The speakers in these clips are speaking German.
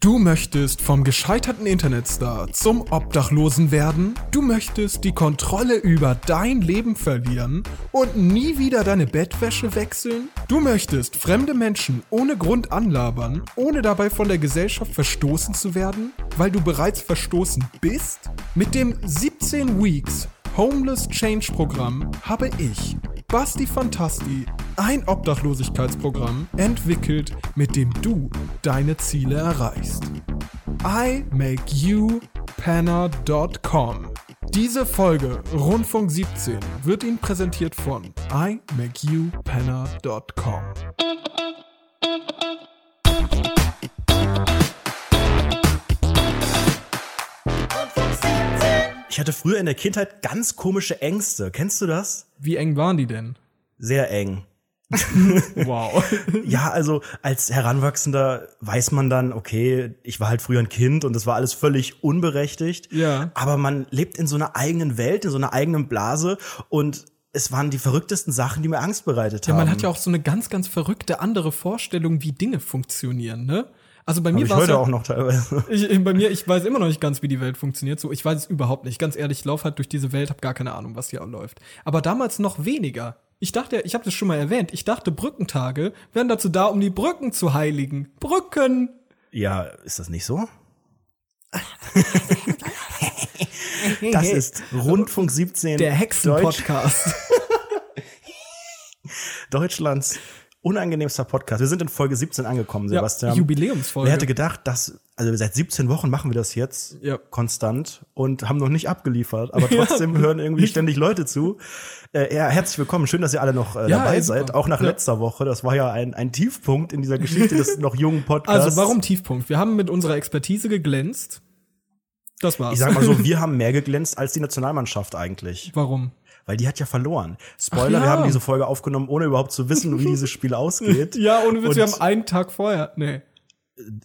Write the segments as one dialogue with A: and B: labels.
A: Du möchtest vom gescheiterten Internetstar zum Obdachlosen werden? Du möchtest die Kontrolle über dein Leben verlieren und nie wieder deine Bettwäsche wechseln? Du möchtest fremde Menschen ohne Grund anlabern, ohne dabei von der Gesellschaft verstoßen zu werden, weil du bereits verstoßen bist? Mit dem 17 Weeks Homeless Change Programm habe ich, Basti Fantasti, ein Obdachlosigkeitsprogramm entwickelt, mit dem du deine Ziele erreichst. I make you panna.com. Diese Folge Rundfunk 17 wird Ihnen präsentiert von I make you panna.com.
B: Ich hatte früher in der Kindheit ganz komische Ängste. Kennst du das?
A: Wie eng waren die denn?
B: Sehr eng.
A: Wow.
B: Ja, also als Heranwachsender weiß man dann, okay, ich war halt früher ein Kind und das war alles völlig unberechtigt.
A: Ja.
B: Aber man lebt in so einer eigenen Welt, in so einer eigenen Blase und es waren die verrücktesten Sachen, die mir Angst bereitet
A: Ja,
B: haben.
A: man hat ja auch so eine ganz, ganz verrückte andere Vorstellung, wie Dinge funktionieren, ne? Also bei
B: Hab
A: mir
B: ich
A: war es
B: heute
A: ja,
B: auch noch teilweise.
A: ich, bei mir, ich weiß immer noch nicht ganz, wie die Welt funktioniert. So, ich weiß es überhaupt nicht. Ganz ehrlich, ich laufe halt durch diese Welt, habe gar keine Ahnung, was hier läuft. Aber damals noch weniger. Ich dachte, ich habe das schon mal erwähnt. Ich dachte, Brückentage wären dazu da, um die Brücken zu heiligen. Brücken.
B: Ja, ist das nicht so? Das ist Rundfunk 17.
A: der
B: Deutsch
A: Hexen-Podcast.
B: Deutschlands unangenehmster Podcast. Wir sind in Folge 17 angekommen, Sebastian.
A: Jubiläumsfolge.
B: Wer hätte gedacht, dass, also seit 17 Wochen machen wir das jetzt
A: Ja.
B: konstant und haben noch nicht abgeliefert, aber trotzdem hören irgendwie ständig Leute zu. Äh, ja, herzlich willkommen. Schön, dass ihr alle noch äh,
A: Ja,
B: dabei
A: ey, super.
B: seid, auch nach
A: Ja.
B: letzter Woche. Das war ja ein, ein Tiefpunkt in dieser Geschichte des noch jungen Podcasts.
A: Also, warum Tiefpunkt? Wir haben mit unserer Expertise geglänzt. Das war's.
B: Ich sag mal so, wir haben mehr geglänzt als die Nationalmannschaft eigentlich,
A: Warum?
B: weil die hat ja verloren. Spoiler,
A: Ach ja.
B: wir haben diese Folge aufgenommen, ohne überhaupt zu wissen, wie dieses Spiel ausgeht.
A: Ja, ohne Witz, wir
B: Und-
A: haben einen Tag vorher. Nee.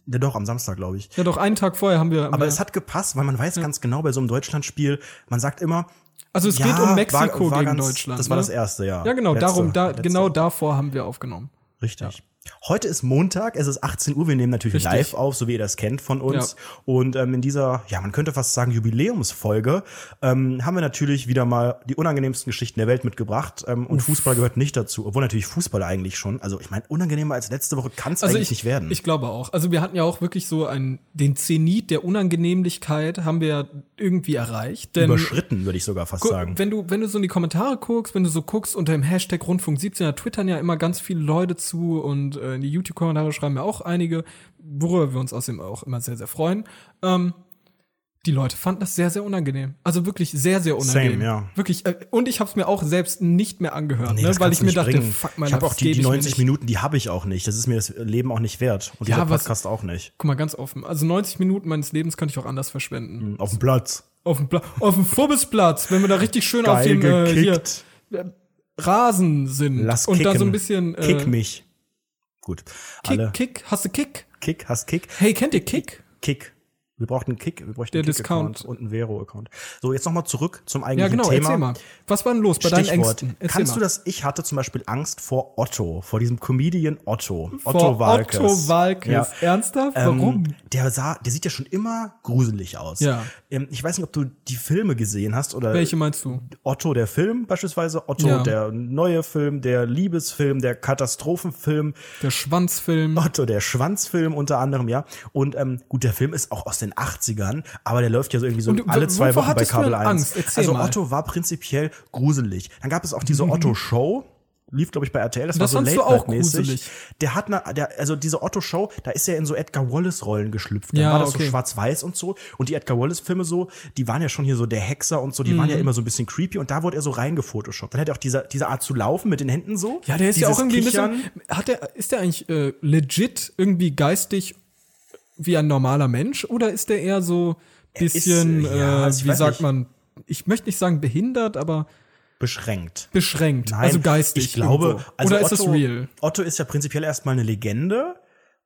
B: Ja, doch, am Samstag, glaube ich.
A: Ja, doch, einen Tag vorher haben wir.
B: Aber es hat gepasst, weil man weiß ganz genau bei so einem Deutschlandspiel, man sagt immer,
A: Also es geht
B: ja,
A: um Mexiko
B: war- war
A: gegen
B: ganz-
A: Deutschland.
B: Das war
A: ne?
B: das erste, ja.
A: Ja, genau,
B: Letzte,
A: darum, da,
B: letzte.
A: genau davor haben wir aufgenommen.
B: Richtig. Heute ist Montag, es ist 18 Uhr, wir nehmen natürlich
A: Richtig.
B: live auf, so wie ihr das kennt von uns. Und ähm, in dieser, ja, man könnte fast sagen, Jubiläumsfolge ähm, haben wir natürlich wieder mal die unangenehmsten Geschichten der Welt mitgebracht. Ähm, und Fußball gehört nicht dazu, obwohl natürlich Fußball eigentlich schon. Also ich meine, unangenehmer als letzte Woche kann es eigentlich
A: Also ich,
B: nicht werden.
A: ich glaube auch. Also wir hatten ja auch wirklich so einen, den Zenit der Unangenehmlichkeit haben wir ja irgendwie erreicht. Denn
B: Überschritten, würde ich sogar fast
A: gu-
B: sagen.
A: wenn du, wenn du so in die Kommentare guckst, wenn du so guckst unter dem Hashtag Rundfunk 17, da twittern ja immer ganz viele Leute zu und äh, in die YouTube-Kommentare schreiben ja auch einige, worüber wir uns außerdem auch immer sehr, sehr freuen. Ähm, die Leute fanden das sehr, sehr unangenehm. Also wirklich sehr, sehr unangenehm.
B: Same, ja.
A: Wirklich. Äh, und ich habe es mir auch selbst nicht mehr angehört,
B: Nee,
A: ne?
B: das
A: weil ich
B: kannst du
A: mir
B: nicht
A: dachte,
B: bringen.
A: fuck, mein
B: Ich habe auch die, die
A: Minuten.
B: 90 Minuten, die habe ich auch nicht. Das ist mir das Leben auch nicht wert. Und
A: Ja,
B: dieser
A: was-
B: Podcast auch nicht.
A: Guck mal, ganz offen. Also 90 Minuten meines Lebens könnte ich auch anders verschwenden.
B: Auf dem Platz.
A: Auf dem, Pla auf dem Fubbisplatz, wenn wir da richtig schön auf
B: Geil
A: dem äh, hier,
B: gekickt.
A: Rasen sind
B: Lass
A: und
B: kicken.
A: da so ein bisschen äh,
B: Kick mich. Gut. Alle.
A: Kick, Kick, hast du Kick?
B: Kick, hast Kick.
A: Hey, kennt ihr Kick?
B: Kick. Wir brauchten einen Kick. Wir bräuchten
A: Der
B: einen Kick-Account
A: Discount.
B: und einen Vero-Account. So, jetzt nochmal zurück zum
A: Ja,
B: eigentlichen
A: genau,
B: Thema.
A: erzähl mal. Was war denn los bei deinen
B: Stichwort.
A: Ängsten? Erzähl
B: Kannst
A: mal.
B: du das? Ich hatte zum Beispiel Angst vor Otto, vor diesem Comedian Otto.
A: Vor
B: Otto Walkes.
A: Otto Walkes.
B: Ja.
A: Ernsthaft?
B: Ähm,
A: Warum?
B: Der sah, der sieht ja schon immer gruselig aus.
A: Ja.
B: Ähm, ich weiß nicht, ob du die Filme gesehen hast oder
A: Welche meinst du?
B: Otto der Film beispielsweise, Otto
A: Ja.
B: der neue Film, der Liebesfilm, der Katastrophenfilm,
A: Der Schwanzfilm.
B: Otto der Schwanzfilm unter anderem, ja. Und ähm, gut, der Film ist auch aus den 80ern, aber der läuft ja so irgendwie so
A: Und w-
B: alle zwei
A: wovor
B: Wochen bei
A: hattest du
B: Kabel
A: denn
B: 1.
A: Angst? Erzähl
B: also
A: mal. Mhm.
B: Otto war prinzipiell gruselig. Dann gab es auch diese Otto Show. Lief, glaube ich, bei RTL. Das,
A: Das
B: war so
A: fandst du
B: late
A: auch gruselig.
B: mäßig Der hat eine, der, also diese Otto-Show, da ist er in so Edgar Wallace-Rollen geschlüpft. Dann
A: Ja,
B: war das so
A: okay.
B: schwarz-weiß und so. Und die Edgar Wallace-Filme so, die waren ja schon hier so der Hexer und so, die
A: Mhm.
B: waren ja immer so ein bisschen creepy und da wurde er so reingefotoshoppt. Dann hat er auch diese, diese Art zu laufen mit den Händen so.
A: Ja, der ist ja
B: dieses
A: auch irgendwie
B: Kichern.
A: ein bisschen. Hat der, ist der eigentlich äh, legit irgendwie geistig wie ein normaler Mensch oder ist der eher so bisschen,
B: ist, äh, ja,
A: äh,
B: ich
A: wie
B: weiß
A: sagt
B: nicht.
A: man, ich möchte nicht sagen behindert, aber
B: beschränkt.
A: beschränkt,
B: Nein,
A: also geistig.
B: Ich glaube,
A: irgendwo.
B: also
A: oder ist
B: Otto,
A: das real?
B: Otto ist ja prinzipiell erstmal eine Legende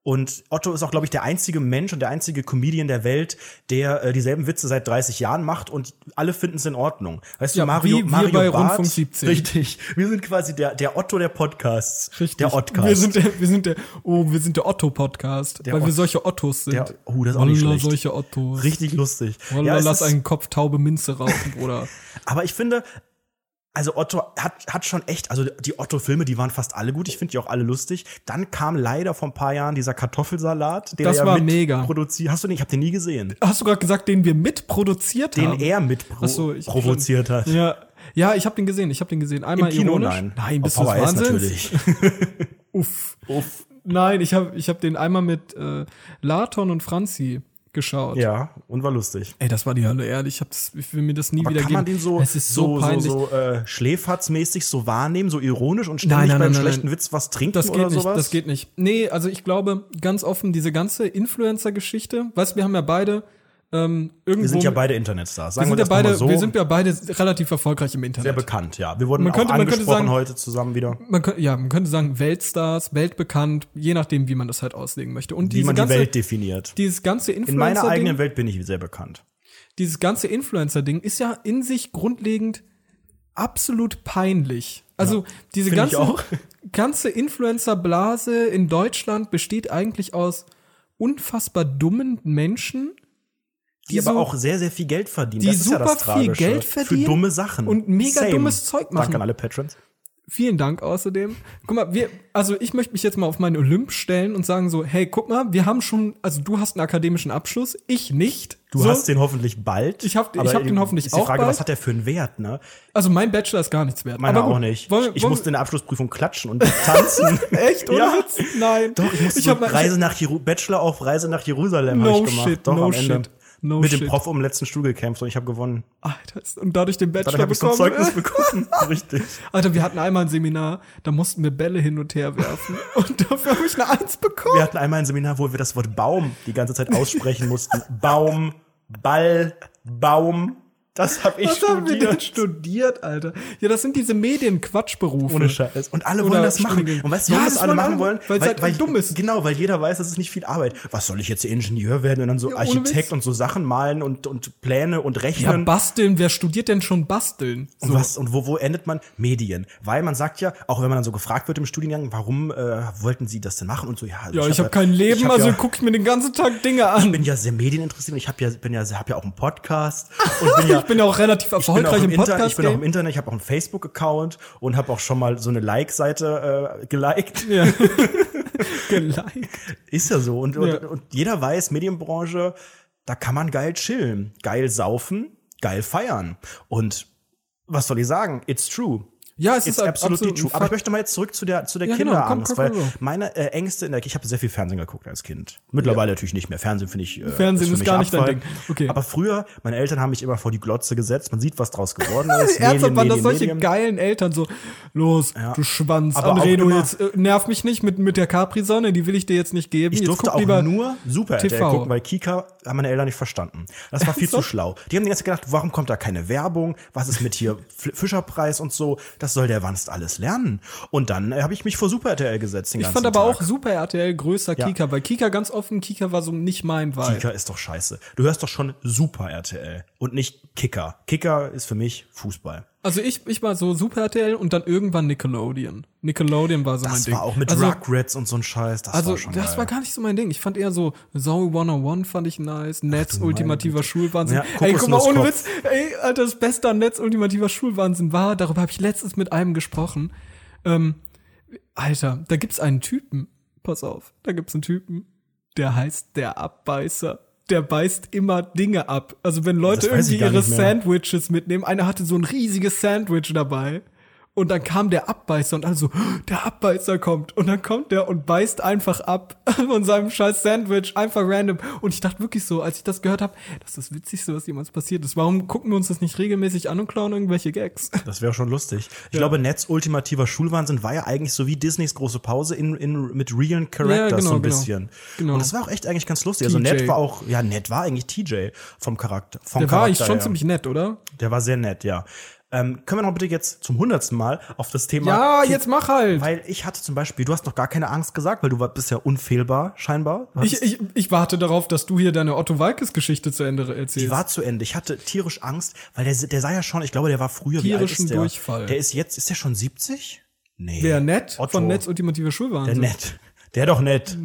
B: Und Otto ist auch, glaube ich, der einzige Mensch und der einzige Comedian der Welt, der äh, dieselben Witze seit 30 Jahren macht und alle finden es in Ordnung. Weißt
A: Ja,
B: du, Mario,
A: wie wir
B: Mario
A: bei
B: Barth,
A: Rundfunk 17.
B: Richtig. Wir sind quasi der, der Otto der Podcasts.
A: Richtig.
B: Der Ottcast.
A: Wir sind der, wir sind der, oh, wir sind der Otto-Podcast,
B: Der
A: weil wir
B: Ott-
A: solche Ottos sind.
B: der, oh, das ist auch nicht
A: Wallah,
B: schlecht.
A: solche Ottos.
B: Richtig lustig.
A: Wallah,
B: es
A: lass
B: ist-
A: einen Kopf taube Minze rauchen, Bruder.
B: Aber ich finde, also Otto hat, hat schon echt, also die Otto-Filme, die waren fast alle gut. Ich finde die auch alle lustig. Dann kam leider vor ein paar Jahren dieser Kartoffelsalat, den
A: Das
B: er
A: war
B: mit
A: mega.
B: produziert. Hast du den? Ich habe den nie gesehen.
A: Hast du gerade gesagt, den wir mitproduziert
B: Den
A: haben?
B: er mit pro
A: Ähm, Ach so, ich-
B: provoziert hat.
A: Ja, ja, ich habe den gesehen. Ich habe den gesehen. Einmal
B: Kino?
A: ironisch.
B: Nein.
A: nein,
B: Auf
A: bist du des
B: VHS
A: Wahnsinns?
B: natürlich.
A: Uff.
B: Uff.
A: Nein, ich habe ich hab den einmal mit äh, Laton und Franzi geschaut.
B: Ja, und war lustig.
A: Ey, das war die Hölle, ehrlich. Ich, hab das, ich will mir das nie
B: Aber
A: wieder
B: kann man den so,
A: Es ist so,
B: so,
A: peinlich.
B: so, so äh, schläferzmäßig so wahrnehmen, so ironisch und ständig
A: Nein, nein, nein,
B: beim
A: nein,
B: schlechten
A: nein.
B: Witz was trinken
A: Das
B: oder
A: geht nicht,
B: sowas?
A: das geht nicht. Nee, also ich glaube, ganz offen, diese ganze Influencer-Geschichte, weißt du, wir haben ja beide ähm, irgendwo.
B: wir sind ja beide Internetstars.
A: wir
B: Sagen
A: sind ja
B: wir das
A: beide,
B: mal so.
A: wir sind ja beide relativ erfolgreich im
B: sehr
A: Internet.
B: bekannt, ja. Wir wurden
A: Man könnte-
B: auch
A: man könnte
B: angesprochen
A: sagen-
B: heute zusammen wieder.
A: man könnte, ja, man könnte sagen, Weltstars, weltbekannt, je nachdem, wie man das halt auslegen möchte. Und
B: wie
A: diese
B: man
A: ganze,
B: die Welt definiert.
A: dieses ganze
B: In meiner
A: Influencer-Ding,
B: eigenen Welt bin ich sehr bekannt.
A: dieses ganze Influencer-Ding ist ja in sich grundlegend absolut peinlich. Also diese
B: find ich
A: ganze,
B: auch.
A: ganze Influencer-Blase in Deutschland besteht eigentlich aus unfassbar dummen Menschen,
B: Die aber
A: so-
B: auch sehr, sehr viel Geld verdienen.
A: die
B: das ist ja das
A: super viel
B: Tragische.
A: Geld verdienen
B: Für dumme Sachen.
A: und mega dummes Zeug machen.
B: Danke an alle Patrons.
A: Vielen Dank außerdem. Guck mal, wir, also ich möchte mich jetzt mal auf meinen Olymp stellen und sagen so, hey, guck mal, wir haben schon, also du hast einen akademischen Abschluss, ich nicht.
B: Du
A: so,
B: hast den hoffentlich bald.
A: Ich hab- ich
B: aber
A: hab den hoffentlich
B: ist die
A: auch
B: Frage,
A: bald.
B: was hat der für einen Wert, ne?
A: Also mein Bachelor ist gar nichts wert.
B: Meiner
A: Aber gut,
B: auch nicht.
A: Wollen, wir-
B: ich
A: wollen,
B: musste in der Abschlussprüfung klatschen und tanzen.
A: echt oder
B: Ja.
A: Witz? Nein. Doch,
B: Ich musste
A: ich hab mal,
B: Reise nach Jeru Bachelor auf Reise nach Jerusalem
A: No
B: hab ich gemacht.
A: shit,
B: Doch,
A: no
B: am Ende.
A: shit, no
B: Mit
A: shit.
B: dem Prof um den letzten Stuhl gekämpft und ich habe gewonnen.
A: Alter, und dadurch den
B: Dadurch
A: Bachelor
B: habe ich so ein
A: bekommen.
B: Zeugnis bekommen. Richtig.
A: Alter, wir hatten einmal ein Seminar, da mussten wir Bälle hin und her werfen und dafür habe ich eine Eins bekommen.
B: Wir hatten einmal ein Seminar, wo wir das Wort Baum die ganze Zeit aussprechen mussten. Baum, Ball, Baum. Das habe ich
A: Was haben wir denn
B: studiert.
A: studiert, Alter? Ja, das sind diese Medienquatschberufe.
B: Ohne Scheiß. Und alle
A: Oder
B: wollen das machen.
A: Studiengänge.
B: Und weißt du, warum
A: Ja,
B: das
A: das
B: alle
A: wollen
B: machen
A: alle,
B: wollen?
A: weil es halt dumm ist.
B: Genau, weil jeder weiß, das ist nicht viel Arbeit. Was soll ich jetzt Ingenieur werden und dann so
A: ohne Witz.
B: Architekt und so Sachen malen und, und Pläne und
A: ja,
B: rechnen?
A: basteln, wer studiert denn schon basteln?
B: Und, was, und wo, wo endet man? Medien. Weil man sagt ja, auch wenn man dann so gefragt wird im Studiengang, warum äh, wollten Sie das denn machen? Und so, ja, also
A: Ja, ich habe
B: hab
A: kein Leben,
B: ich hab
A: also
B: ja-
A: guck ich mir den ganzen Tag Dinge an.
B: bin ja sehr medieninteressiert und ich habe ja, bin ja, hab ja auch einen Podcast und bin ja,
A: Ich bin ja auch relativ
B: bin auch
A: erfolgreich
B: im,
A: im
B: Inter
A: Podcast.
B: ich bin auch im Internet, ich habe auch einen Facebook-Account und habe auch schon mal so eine Like-Seite äh, geliked.
A: ja. Geliked.
B: Ist ja so. Und,
A: Ja.
B: und, und jeder weiß, Medienbranche, da kann man geil chillen, geil saufen, geil feiern. Und was soll ich sagen? It's true.
A: Ja, es
B: It's
A: ist ab-
B: absolutely
A: absolut ein
B: true. Aber ich möchte mal jetzt zurück zu der, zu der
A: Ja, genau, komm,
B: Kinderangst,
A: komm, komm,
B: weil
A: komm.
B: meine äh, Ängste in der, ich habe sehr viel Fernsehen geguckt als Kind. Mittlerweile natürlich nicht mehr. Fernsehen finde ich, äh,
A: Fernsehen
B: für
A: ist
B: mich
A: gar nicht dein
B: Abfall.
A: Ding. Okay.
B: Aber früher, meine Eltern haben mich immer vor die Glotze gesetzt. Man sieht, was draus geworden ist.
A: Ernsthaft waren das solche geilen Eltern so, los, du Schwanz,
B: Aber
A: André,
B: auch
A: du
B: immer-
A: jetzt, äh, nerv mich nicht mit, mit der Capri-Sonne, die will ich dir jetzt nicht geben.
B: Ich
A: jetzt
B: durfte
A: guck
B: auch
A: lieber,
B: nur Super RTL
A: TV.
B: gucken, weil Kika haben meine Eltern nicht verstanden. Das war viel zu schlau. Die haben die ganze Zeit gedacht, warum kommt da keine Werbung? Was ist mit hier F- Fischerpreis und so? Das soll der Wanst alles lernen. Und dann äh, habe ich mich vor Super RTL gesetzt den
A: Ich
B: ganzen
A: fand aber
B: Tag.
A: auch super RTL größer
B: Ja.
A: Kika, weil Kika ganz offen, Kika war so nicht mein Vibe.
B: Kika ist doch scheiße. Du hörst doch schon Super RTL und nicht Kicker. Kicker ist für mich Fußball.
A: Also ich, ich war so super RTL und dann irgendwann Nickelodeon. Nickelodeon war so mein
B: Das
A: Ding.
B: war auch mit
A: also,
B: Rugrats und so ein Scheiß. Das
A: Also
B: war schon
A: das
B: geil.
A: war gar nicht so mein Ding. Ich fand eher so Zoe 101 fand ich nice, Netz
B: meine
A: ultimativer
B: Güte.
A: Schulwahnsinn.
B: Ja,
A: ey, guck mal, ohne
B: Kokosnusskopf.
A: Witz, ey, Alter, das Beste an Netz ultimativer Schulwahnsinn war, darüber habe ich letztens mit einem gesprochen. Ähm, Alter, da gibt's einen Typen, pass auf, da gibt's einen Typen, der heißt der Abbeißer. Der beißt immer Dinge ab. Also wenn Leute
B: Das weiß ich
A: irgendwie
B: gar
A: ihre
B: nicht mehr.
A: Sandwiches mitnehmen, einer hatte so ein riesiges Sandwich dabei. Und dann kam der Abbeißer und alle so, der Abbeißer kommt. Und dann kommt der und beißt einfach ab von seinem scheiß Sandwich, einfach random. Und ich dachte wirklich so, als ich das gehört habe, das ist das Witzigste, was jemals passiert ist. Warum gucken wir uns das nicht regelmäßig an und klauen irgendwelche Gags?
B: Das wäre schon lustig. Ich glaube, Netz ultimativer Schulwahnsinn war ja eigentlich so wie Disneys große Pause in, in, mit realen Characters
A: Ja, genau,
B: so
A: genau.
B: ein bisschen.
A: Genau.
B: Und das war auch echt eigentlich ganz lustig. Also
A: TJ.
B: Ned war auch, ja, Ned war eigentlich TJ vom Charakter. Vom
A: Der war
B: Charakter
A: ich schon
B: her.
A: ziemlich nett, oder?
B: Der war sehr nett, ja. Ähm, können wir noch bitte jetzt zum hundertsten Mal auf das Thema.
A: Ja, jetzt mach halt.
B: Weil ich hatte zum Beispiel, du hast noch gar keine Angst gesagt, weil du war- bist ja unfehlbar, scheinbar. Du
A: Ich,
B: hattest-
A: ich, ich warte darauf, dass du hier deine Otto Walkes-Geschichte zu Ende erzählst.
B: Die war zu Ende. Ich hatte tierisch Angst, weil der, der sah ja schon, ich glaube, der war früher wie alt
A: Tierischen
B: ist der?
A: Durchfall.
B: Der ist jetzt, ist der schon 70? Nee.
A: Wer nett
B: Otto.
A: von Netz Ultimative Schulwahnsinn.
B: Der nett. Der doch nett.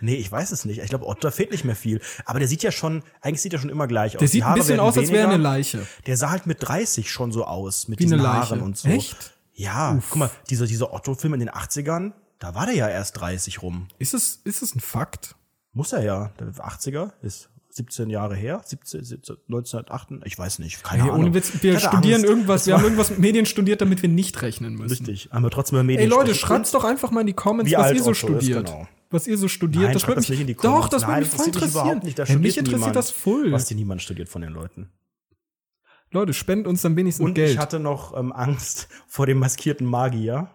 B: nee, ich weiß es nicht. Ich glaube, Otto da fehlt nicht mehr viel. Aber der sieht ja schon, eigentlich sieht er schon immer gleich aus.
A: Der
B: Die
A: sieht ein
B: Haare
A: bisschen
B: werden
A: aus, als wäre er eine
B: weniger.
A: Leiche.
B: Der sah halt mit 30 schon so aus, mit
A: Wie eine
B: diesen
A: Leiche.
B: Haaren und so.
A: Echt?
B: Ja, guck mal, dieser, dieser Otto-Film in den 80ern, da war der ja erst 30 rum.
A: Ist es, ist es ein Fakt?
B: Muss er ja. Der 80er ist 17 Jahre her, 17, 17 1908, ich weiß nicht, keine
A: Hey,
B: Ahnung.
A: ohne Witz, wir
B: Ich hatte
A: studieren
B: Angst.
A: irgendwas, wir haben irgendwas mit Medien studiert, damit wir nicht rechnen müssen.
B: Richtig, haben wir trotzdem über
A: Ey
B: Medien
A: Leute,
B: sprechen.
A: schreibt's doch einfach mal in die Comments,
B: Wie
A: was
B: alt
A: ihr so
B: Otto ist,
A: studiert.
B: genau.
A: Was ihr so studiert,
B: Nein,
A: das
B: schreibt
A: würde
B: das
A: mich,
B: nicht in die
A: doch, das
B: Nein,
A: würde mich voll
B: interessiert mich
A: interessieren.
B: überhaupt nicht. Da
A: Ey, mich
B: studiert
A: interessiert
B: niemand.
A: das voll.
B: Was dir niemand studiert von den Leuten.
A: Leute, spenden uns dann wenigstens
B: Und
A: Geld.
B: ich hatte noch ähm, Angst vor dem maskierten Magier.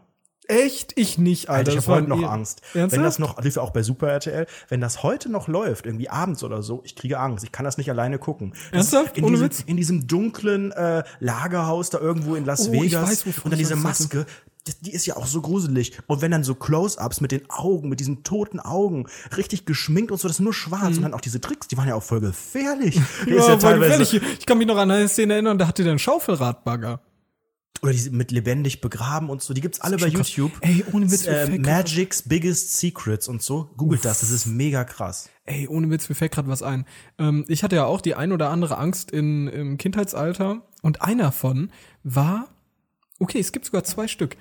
A: Echt? Ich nicht, Alter.
B: Alter, ich
A: Das
B: habe heute
A: war ein
B: noch
A: Ehr-
B: Angst. Wenn
A: Ernsthaft?
B: das noch, lief ja auch bei Super RTL, wenn das heute noch läuft, irgendwie abends oder so, ich kriege Angst. Ich kann das nicht alleine gucken. Das
A: Ernsthaft?
B: In,
A: Ohne
B: diesem,
A: Witz?
B: in diesem dunklen äh, Lagerhaus da irgendwo in Las
A: Oh, ich
B: Vegas.
A: weiß, wovon
B: und dann
A: ich
B: diese
A: das
B: Maske, die, die ist ja auch so gruselig. Und wenn dann so Close-Ups mit den Augen, mit diesen toten Augen, richtig geschminkt und so, das ist nur schwarz. Und dann auch diese Tricks, die waren ja auch voll gefährlich. Der
A: Mhm. Ja, weil gefährlich. Ich kann mich noch an eine Szene erinnern, da hatte der einen Schaufelradbagger.
B: oder die mit lebendig begraben und so, die gibt's alle bei
A: schon krass.
B: YouTube.
A: Ey, ohne Witz, wie
B: äh,
A: fake-
B: Magic's Biggest Secrets und so. Googelt das, das ist mega krass.
A: Ey, ohne Witz, mir fällt gerade was ein. Ähm, ich hatte ja auch die ein oder andere Angst in, im Kindheitsalter. Und einer von war, okay, es gibt sogar zwei Stück.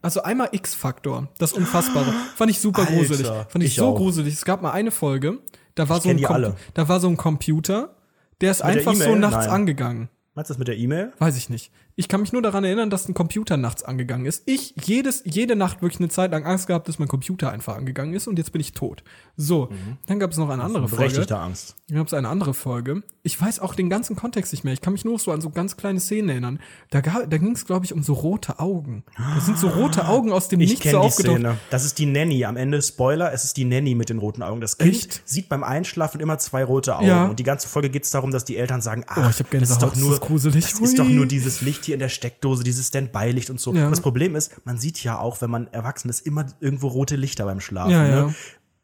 A: Also einmal X-Faktor, das Unfassbare. Fand ich super
B: Alter,
A: gruselig. Fand ich,
B: ich
A: so
B: auch.
A: gruselig. Es gab mal eine Folge, da war, so
B: kenn
A: ein,
B: die alle.
A: da war so ein Computer, der ist
B: Mit der
A: einfach so
B: E-Mail?
A: nachts
B: Nein.
A: angegangen.
B: Meinst du das mit der E-Mail?
A: Weiß ich nicht. Ich kann mich nur daran erinnern, dass ein Computer nachts angegangen ist. Ich jedes, jede Nacht wirklich eine Zeit lang Angst gehabt, dass mein Computer einfach angegangen ist und jetzt bin ich tot. So,
B: Mhm.
A: dann gab es noch eine andere Folge.
B: Berechtigte Angst.
A: Dann gab es eine andere Folge. Ich weiß auch den ganzen Kontext nicht mehr. Ich kann mich nur so an so ganz kleine Szenen erinnern. Da, ga- da ging es, glaube ich, um so rote Augen. Da sind so rote Augen aus dem
B: Ich
A: Nichts so
B: kenne die
A: aufgetaucht.
B: Szene. Das ist die Nanny. Am Ende, Spoiler, es ist die Nanny mit den roten Augen. Das Kind
A: Echt?
B: sieht beim Einschlafen immer zwei rote Augen.
A: Ja. Oh,
B: Und die ganze Folge geht's darum, dass die Eltern sagen, ach,
A: ich hab Gänsehaut, das ist gruselig.
B: das ist doch
A: Hui.
B: nur dieses Licht hier in der Steckdose, dieses Standby-Licht und so.
A: Ja.
B: Das Problem ist, man sieht ja auch, wenn man erwachsen ist, immer irgendwo rote Lichter beim Schlafen.
A: Ja,
B: ne?
A: ja.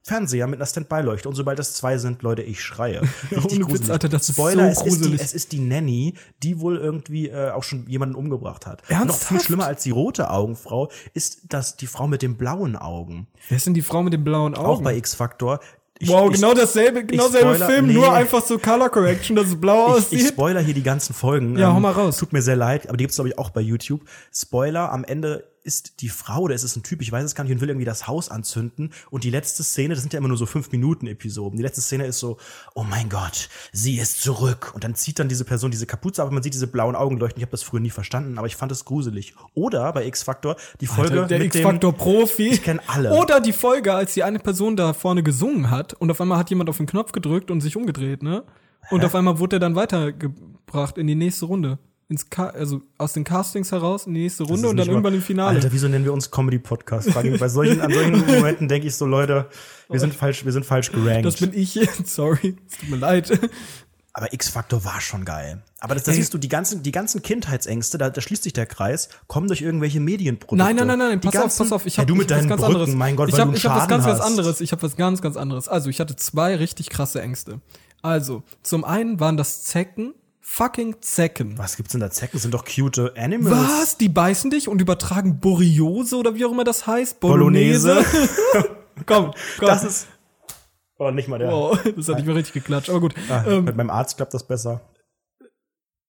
B: Fernseher mit einer Standby-Leuchte. Und sobald das zwei sind, Leute, ich schreie. Richtig
A: Ohne Witz,
B: gruselig.
A: Alter, das ist
B: Spoiler,
A: so
B: es, ist die,
A: gruselig.
B: es ist die Nanny, die wohl irgendwie äh, auch schon jemanden umgebracht hat. Noch viel
A: Ernsthaft?
B: schlimmer als die rote Augenfrau ist das die Frau mit den blauen Augen.
A: Wer ist denn die Frau mit den blauen Augen?
B: Auch bei X-Faktor. Ich-
A: wow,
B: ich-
A: genau dasselbe, genau
B: ich
A: derselbe
B: spoiler-
A: Film,
B: nee.
A: nur einfach so Color Correction, dass es blau
B: Ich, ich
A: aussieht.
B: spoiler hier die ganzen Folgen. Ähm,
A: Ja, hau mal raus.
B: Tut mir sehr leid, aber die gibt's glaube ich, auch bei YouTube. Spoiler, am Ende ist die Frau, oder ist es ein Typ, ich weiß es gar nicht, und will irgendwie das Haus anzünden. Und die letzte Szene, das sind ja immer nur so 5-Minuten-Episoden, die letzte Szene ist so, oh mein Gott, sie ist zurück. Und dann zieht dann diese Person diese Kapuze ab und man sieht diese blauen Augen leuchten. Ich habe das früher nie verstanden, aber ich fand es gruselig. Oder bei X-Factor, die Folge
A: der
B: mit dem...
A: X-Factor-Profi.
B: Ich kenn alle.
A: Oder die Folge, als die eine Person da vorne gesungen hat und auf einmal hat jemand auf den Knopf gedrückt und sich umgedreht, ne? Und auf einmal wurde er dann weitergebracht in die nächste Runde. Ins Ca also aus den Castings heraus in die nächste
B: Das
A: Runde
B: ist
A: und dann
B: nicht mal-
A: irgendwann im Finale.
B: Alter, wieso nennen wir uns Comedy-Podcast? Frage ich mich. Bei solchen, an solchen Momenten denke ich so, Leute, wir sind falsch, wir sind falsch gerankt.
A: das bin ich. Sorry, es tut mir leid.
B: Aber X-Factor war schon geil. Aber das, das siehst du, die ganzen, die ganzen Kindheitsängste, da, da schließt sich der Kreis, kommen durch irgendwelche Medienprodukte.
A: Nein, nein, nein, nein,
B: Die
A: pass
B: ganzen-
A: auf, pass auf. Ich
B: ja,
A: habe
B: du mit
A: was
B: deinen
A: ganz
B: Brücken,
A: anderes.
B: mein Gott,
A: ich
B: weil
A: hab-
B: du einen
A: ich habe was
B: Schaden
A: ganz,
B: hast.
A: ganz anderes. Ich habe was ganz, ganz anderes. Also, ich hatte zwei richtig krasse Ängste. Also, zum einen waren das Zecken, fucking Zecken.
B: Was gibt's denn da? Zecken sind doch cute äh, Animals.
A: Was? Die beißen dich und übertragen Boriose oder wie auch immer das heißt?
B: Bolognese?
A: komm, komm.
B: Das ist. Oh, nicht mal der.
A: Wow, das hat nicht mehr richtig geklatscht, aber gut.
B: Ah,
A: ähm,
B: mit meinem Arzt klappt das besser.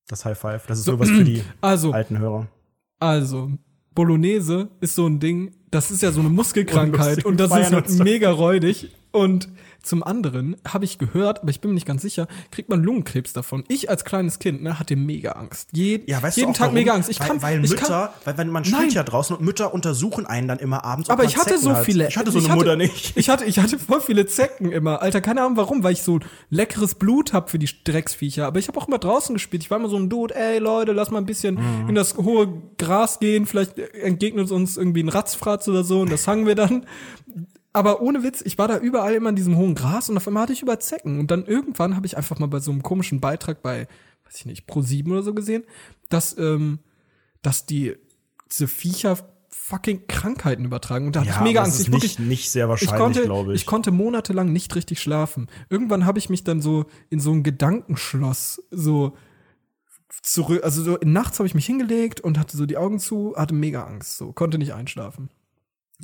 B: Das High Five. Das ist nur was für die
A: also,
B: alten Hörer.
A: also, Bolognese ist so ein Ding, das ist ja so eine Muskelkrankheit
B: Unlustig,
A: und das
B: feiern
A: ist
B: uns.
A: mega räudig. Und zum anderen habe ich gehört, aber ich bin mir nicht ganz sicher, kriegt man Lungenkrebs davon. Ich als kleines Kind ne, hatte mega Angst. Je,
B: Ja, weißt
A: jeden
B: du auch,
A: Tag
B: warum?
A: mega Angst. Ich
B: weil,
A: kann,
B: weil
A: ich
B: Mütter,
A: kann,
B: weil, weil man
A: Nein.
B: spielt ja draußen und Mütter untersuchen einen dann immer abends. ob
A: Aber
B: man
A: ich hatte
B: Zecken
A: so
B: hat.
A: viele.
B: Ich hatte so eine Mutter nicht.
A: Ich hatte, ich hatte voll viele Zecken immer. Alter, keine Ahnung warum, weil ich so leckeres Blut hab für die Drecksviecher. Aber ich habe auch immer draußen gespielt. Ich war immer so ein Dude, ey Leute, lass mal ein bisschen
B: Mhm.
A: in das hohe Gras gehen. Vielleicht entgegnet uns irgendwie ein Ratzfratz oder so und das hangen wir dann. Aber ohne Witz, ich war da überall immer in diesem hohen Gras und auf einmal hatte ich über Zecken. Und dann irgendwann habe ich einfach mal bei so einem komischen Beitrag bei weiß ich nicht, Pro 7 oder so gesehen, dass, ähm, dass die diese Viecher fucking Krankheiten übertragen. Und da hatte ich mega
B: aber es
A: Angst.
B: Ist
A: Ich
B: nicht,
A: wirklich,
B: nicht sehr
A: ich
B: wahrscheinlich,
A: konnte,
B: glaube
A: ich.
B: ich.
A: konnte monatelang nicht richtig schlafen. Irgendwann habe ich mich dann so in so ein Gedankenschloss so zurück, also so nachts habe ich mich hingelegt und hatte so die Augen zu, hatte mega Angst, so konnte nicht einschlafen.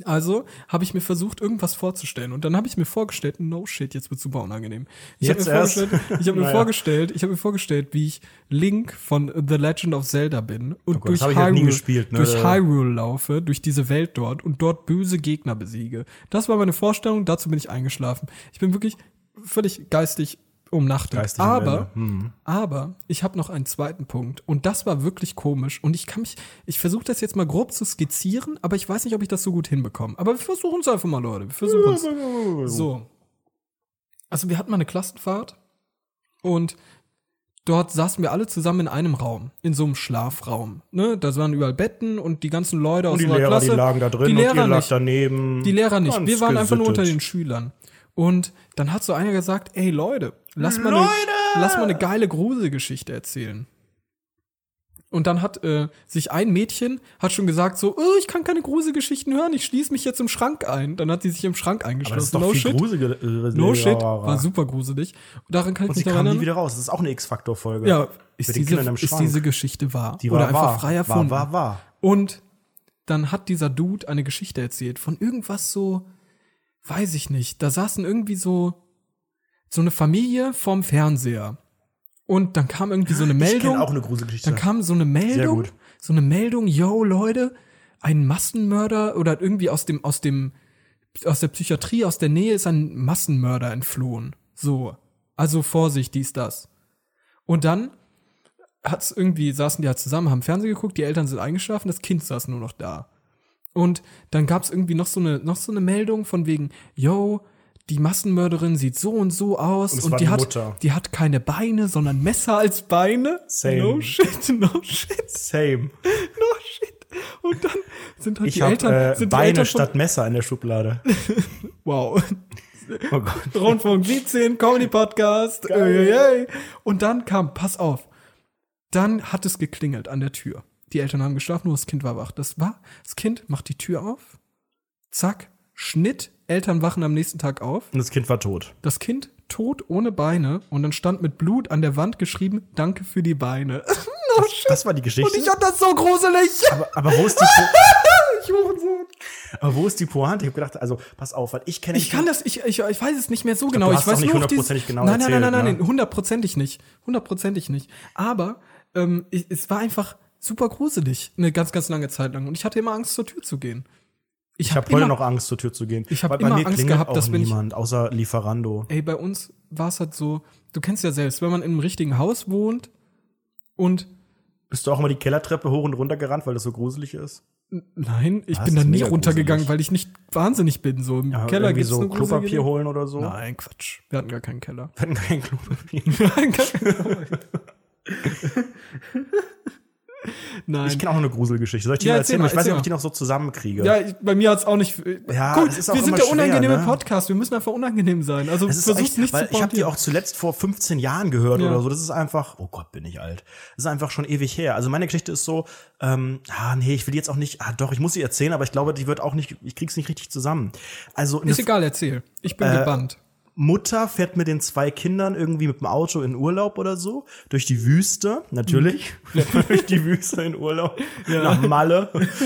A: Also habe ich mir versucht, irgendwas vorzustellen. Und dann habe ich mir vorgestellt, no shit, jetzt wird super unangenehm. Ich habe
B: Jetzt
A: mir,
B: erst?
A: vorgestellt, ich hab mir
B: Naja.
A: vorgestellt, ich habe mir vorgestellt, wie ich Link von The Legend of Zelda bin und
B: Gott, das
A: durch,
B: hab ich halt nie
A: Hyrule,
B: gespielt, ne?
A: durch Hyrule laufe, durch diese Welt dort und dort böse Gegner besiege. Das war meine Vorstellung, dazu bin ich eingeschlafen. Ich bin wirklich völlig geistig umnachtet.
B: Geistig am
A: aber,
B: Ende. Hm.
A: aber ich habe noch einen zweiten Punkt und das war wirklich komisch und ich kann mich, ich versuche das jetzt mal grob zu skizzieren, aber ich weiß nicht, ob ich das so gut hinbekomme. Aber wir versuchen es einfach mal, Leute. Wir versuchen es. So. Also wir hatten mal eine Klassenfahrt und dort saßen wir alle zusammen in einem Raum, in so einem Schlafraum. Ne? Da waren überall Betten und die ganzen Leute aus
B: Und die
A: unserer
B: Lehrer,
A: Klasse.
B: die lagen da drin
A: die
B: und ihr
A: Lehrer
B: lag
A: nicht.
B: daneben.
A: Die Lehrer nicht.
B: Ganz
A: wir waren einfach nur unter den
B: gesittet.
A: Schülern. Und dann hat so einer gesagt, ey Leute, lass mal, Eine,
B: Leute!
A: lass mal eine geile Gruselgeschichte erzählen. Und dann hat äh, sich ein Mädchen hat schon gesagt so, oh, ich kann keine Gruselgeschichten hören, ich schließe mich jetzt im Schrank ein. Dann hat sie sich im Schrank eingeschlossen.
B: Aber das ist doch viel gruseliger.
A: No shit, war super gruselig. Und daran kann ich
B: Und sie
A: mich noch
B: kamen nie
A: erinnern.
B: wieder raus. Das ist auch eine X-Faktor-Folge.
A: Ja,
B: Mit
A: ist
B: den
A: diese,
B: Kindern im
A: ist
B: Schrank.
A: diese Geschichte wahr?
B: die war,
A: Oder einfach
B: wahr.
A: frei erfunden?
B: War, war, war.
A: Und dann hat dieser Dude eine Geschichte erzählt von irgendwas so, weiß ich nicht, da saßen irgendwie so, so eine Familie vorm Fernseher. Und dann kam irgendwie so eine
B: Ich
A: Meldung.
B: kenne auch eine Gruselgeschichte.
A: Dann kam so eine Meldung,
B: gut.
A: so eine Meldung, yo Leute, ein Massenmörder oder irgendwie aus dem aus dem aus der Psychiatrie aus der Nähe ist ein Massenmörder entflohen. So, also Vorsicht, dies das. Und dann hat's irgendwie saßen die halt zusammen, haben Fernsehen geguckt, die Eltern sind eingeschlafen, das Kind saß nur noch da. Und dann gab's irgendwie noch so eine noch so eine Meldung von wegen, yo die Massenmörderin sieht so und so aus
B: Und es
A: und,
B: war
A: die,
B: die
A: hat
B: Mutter.
A: die hat keine Beine, sondern Messer als Beine.
B: Same.
A: No shit, no shit,
B: Same.
A: no shit. Und dann sind halt
B: Ich
A: die
B: habe
A: Eltern,
B: äh,
A: sind
B: Beine
A: die Eltern von,
B: statt Messer in der Schublade.
A: wow.
B: Oh Gott.
A: Rundfunk 17, Comedy Podcast.
B: Geil.
A: Uiuiui. Und dann kam, pass auf, dann hat es geklingelt an der Tür. Die Eltern haben geschlafen, nur das Kind war wach. Das war, das Kind macht die Tür auf, zack, Schnitt, Eltern wachen am nächsten Tag auf.
B: Und das Kind war tot.
A: Das Kind tot ohne Beine und dann stand mit Blut an der Wand geschrieben, danke für die Beine. no shit.
B: Das war die
A: Und
B: Geschichte.
A: ich fand das so gruselig.
B: aber, aber wo ist die po
A: Ich Hurensohn.
B: aber wo ist die Pointe? Ich habe gedacht, also pass auf, weil ich kenne
A: Ich kann das, ich, ich, ich weiß es nicht mehr so
B: du
A: genau. Ich
B: hast auch
A: weiß
B: nicht
A: nur noch
B: hundertprozentig genau
A: Nein, nein, nein, nein,
B: erzählt,
A: nein,
B: ne?
A: hundertprozentig nicht. Hundertprozentig nicht. Aber ähm, ich, es war einfach super gruselig, eine ganz, ganz lange Zeit lang. Und ich hatte immer Angst, zur Tür zu gehen. Ich,
B: Ich
A: hab
B: habe heute
A: immer,
B: noch Angst, zur Tür zu gehen.
A: Ich hab
B: Weil
A: immer
B: bei mir
A: Angst
B: klingelt
A: gehabt,
B: auch
A: dass wenn ich-
B: niemand, außer Lieferando.
A: Ey, bei uns war es halt so, du kennst ja selbst, wenn man in einem richtigen Haus wohnt und
B: Bist du auch immer die Kellertreppe hoch und runter gerannt, weil das so gruselig ist?
A: nein, ich
B: Was?
A: bin dann
B: Das ist
A: nie
B: mega
A: runtergegangen,
B: gruselig.
A: weil ich nicht wahnsinnig bin. So im
B: Ja,
A: Keller
B: Äh, irgendwie
A: gibt's
B: so ne?
A: eine gruselige
B: Klopapier
A: Idee.
B: holen oder so?
A: Nein, Quatsch. Wir hatten gar keinen Keller.
B: Wir hatten kein Klopapier.
A: Nein.
B: Ich kenne auch noch eine Gruselgeschichte. Soll ich die
A: Ja,
B: mal
A: erzähl
B: erzählen?
A: mal,
B: ich weiß
A: erzähl
B: nicht, ob ich
A: mal.
B: die noch so zusammenkriege.
A: Ja, ich, bei mir hat's auch nicht.
B: Ja,
A: Gut,
B: das ist auch
A: wir sind
B: immer
A: der
B: schwer,
A: unangenehme
B: ne?
A: Podcast. Wir müssen einfach unangenehm sein. Also
B: Das ist auch
A: versuch's
B: echt,
A: nicht
B: weil
A: zu
B: ich habe die
A: pointieren.
B: auch zuletzt vor 15 Jahren gehört
A: Ja.
B: oder so. Das ist einfach, oh Gott, bin ich alt. Das ist einfach schon ewig her. Also meine Geschichte ist so, ähm, ah nee, ich will die jetzt auch nicht, ah doch, ich muss sie erzählen, aber ich glaube, die wird auch nicht, ich krieg's nicht richtig zusammen. Also eine
A: Ist egal, erzähl. Ich
B: Äh,
A: bin gebannt.
B: Mutter fährt mit den zwei Kindern irgendwie mit dem Auto in Urlaub oder so, durch die Wüste, natürlich,
A: Mhm.
B: fährt man durch die Wüste in Urlaub, nach Malle,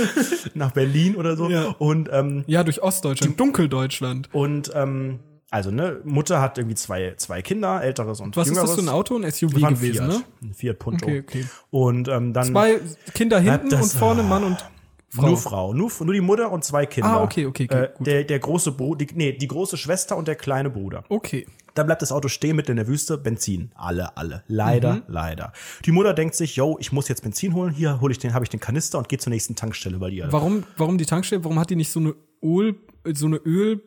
B: nach Berlin oder so.
A: Ja.
B: Und ähm,
A: Ja, durch Ostdeutschland, Dunkeldeutschland.
B: und ähm, also ne, Mutter hat irgendwie zwei zwei Kinder, älteres und
A: Was ist
B: jüngeres.
A: das für ein Auto? Ein SUV
B: Das war ein
A: gewesen,
B: Fiat,
A: ne?
B: Ein Fiat Punto.
A: Okay, okay.
B: Und ähm, dann
A: Zwei Kinder hinten
B: das-
A: und vorne Mann und Frau.
B: nur Frau, nur, nur die Mutter und zwei Kinder.
A: Ah, okay, okay, okay,
B: äh,
A: gut.
B: Der, der große Bruder, die, nee, die große Schwester und der kleine Bruder.
A: Okay.
B: Da bleibt das Auto stehen mitten in der Wüste, Benzin. Alle, alle. Leider, leider. Die Mutter denkt sich, yo, ich muss jetzt Benzin holen. Hier hole ich den, habe ich den Kanister und gehe zur nächsten Tankstelle bei dir.
A: Warum, warum die Tankstelle? Warum hat die nicht so eine Öl, so eine Öl,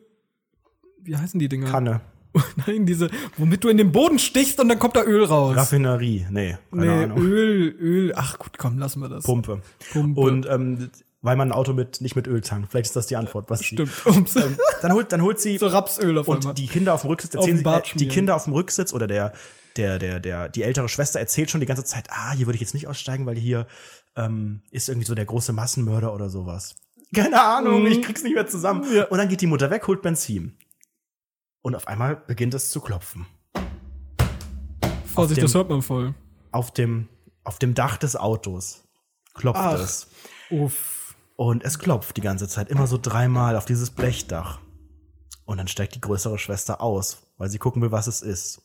A: wie heißen die Dinger?
B: Kanne.
A: Nein, diese, womit du in den Boden stichst und dann kommt da Öl raus.
B: Raffinerie. Nee, keine
A: nee,
B: Ahnung.
A: Öl, Öl. Ach gut, komm, lassen wir das.
B: Pumpe.
A: Pumpe.
B: Und ähm, weil man ein Auto mit, nicht mit Öl tankt. Vielleicht ist das die Antwort, was sie-
A: Stimmt.
B: Ähm, dann holt, dann holt sie
A: so Rapsöl auf einmal.
B: und die Kinder auf dem Rücksitz
A: Auf den
B: erzählen, sie-
A: Bart
B: äh, die
A: schmieren.
B: Kinder auf dem Rücksitz oder der, der, der, der, die ältere Schwester erzählt schon die ganze Zeit, ah, hier würde ich jetzt nicht aussteigen, weil hier ähm, ist irgendwie so der große Massenmörder oder sowas. Keine Ahnung, ich krieg's nicht mehr zusammen.
A: Mhm. Ja.
B: Und dann geht die Mutter weg, holt Benzin. Und auf einmal beginnt es zu klopfen.
A: Vorsicht,
B: dem-
A: das hört man voll.
B: Auf dem, auf dem Dach des Autos klopft
A: Ach.
B: es.
A: Uff.
B: Und es klopft die ganze Zeit, immer so dreimal auf dieses Blechdach. Und dann steigt die größere Schwester aus, weil sie gucken will, was es ist.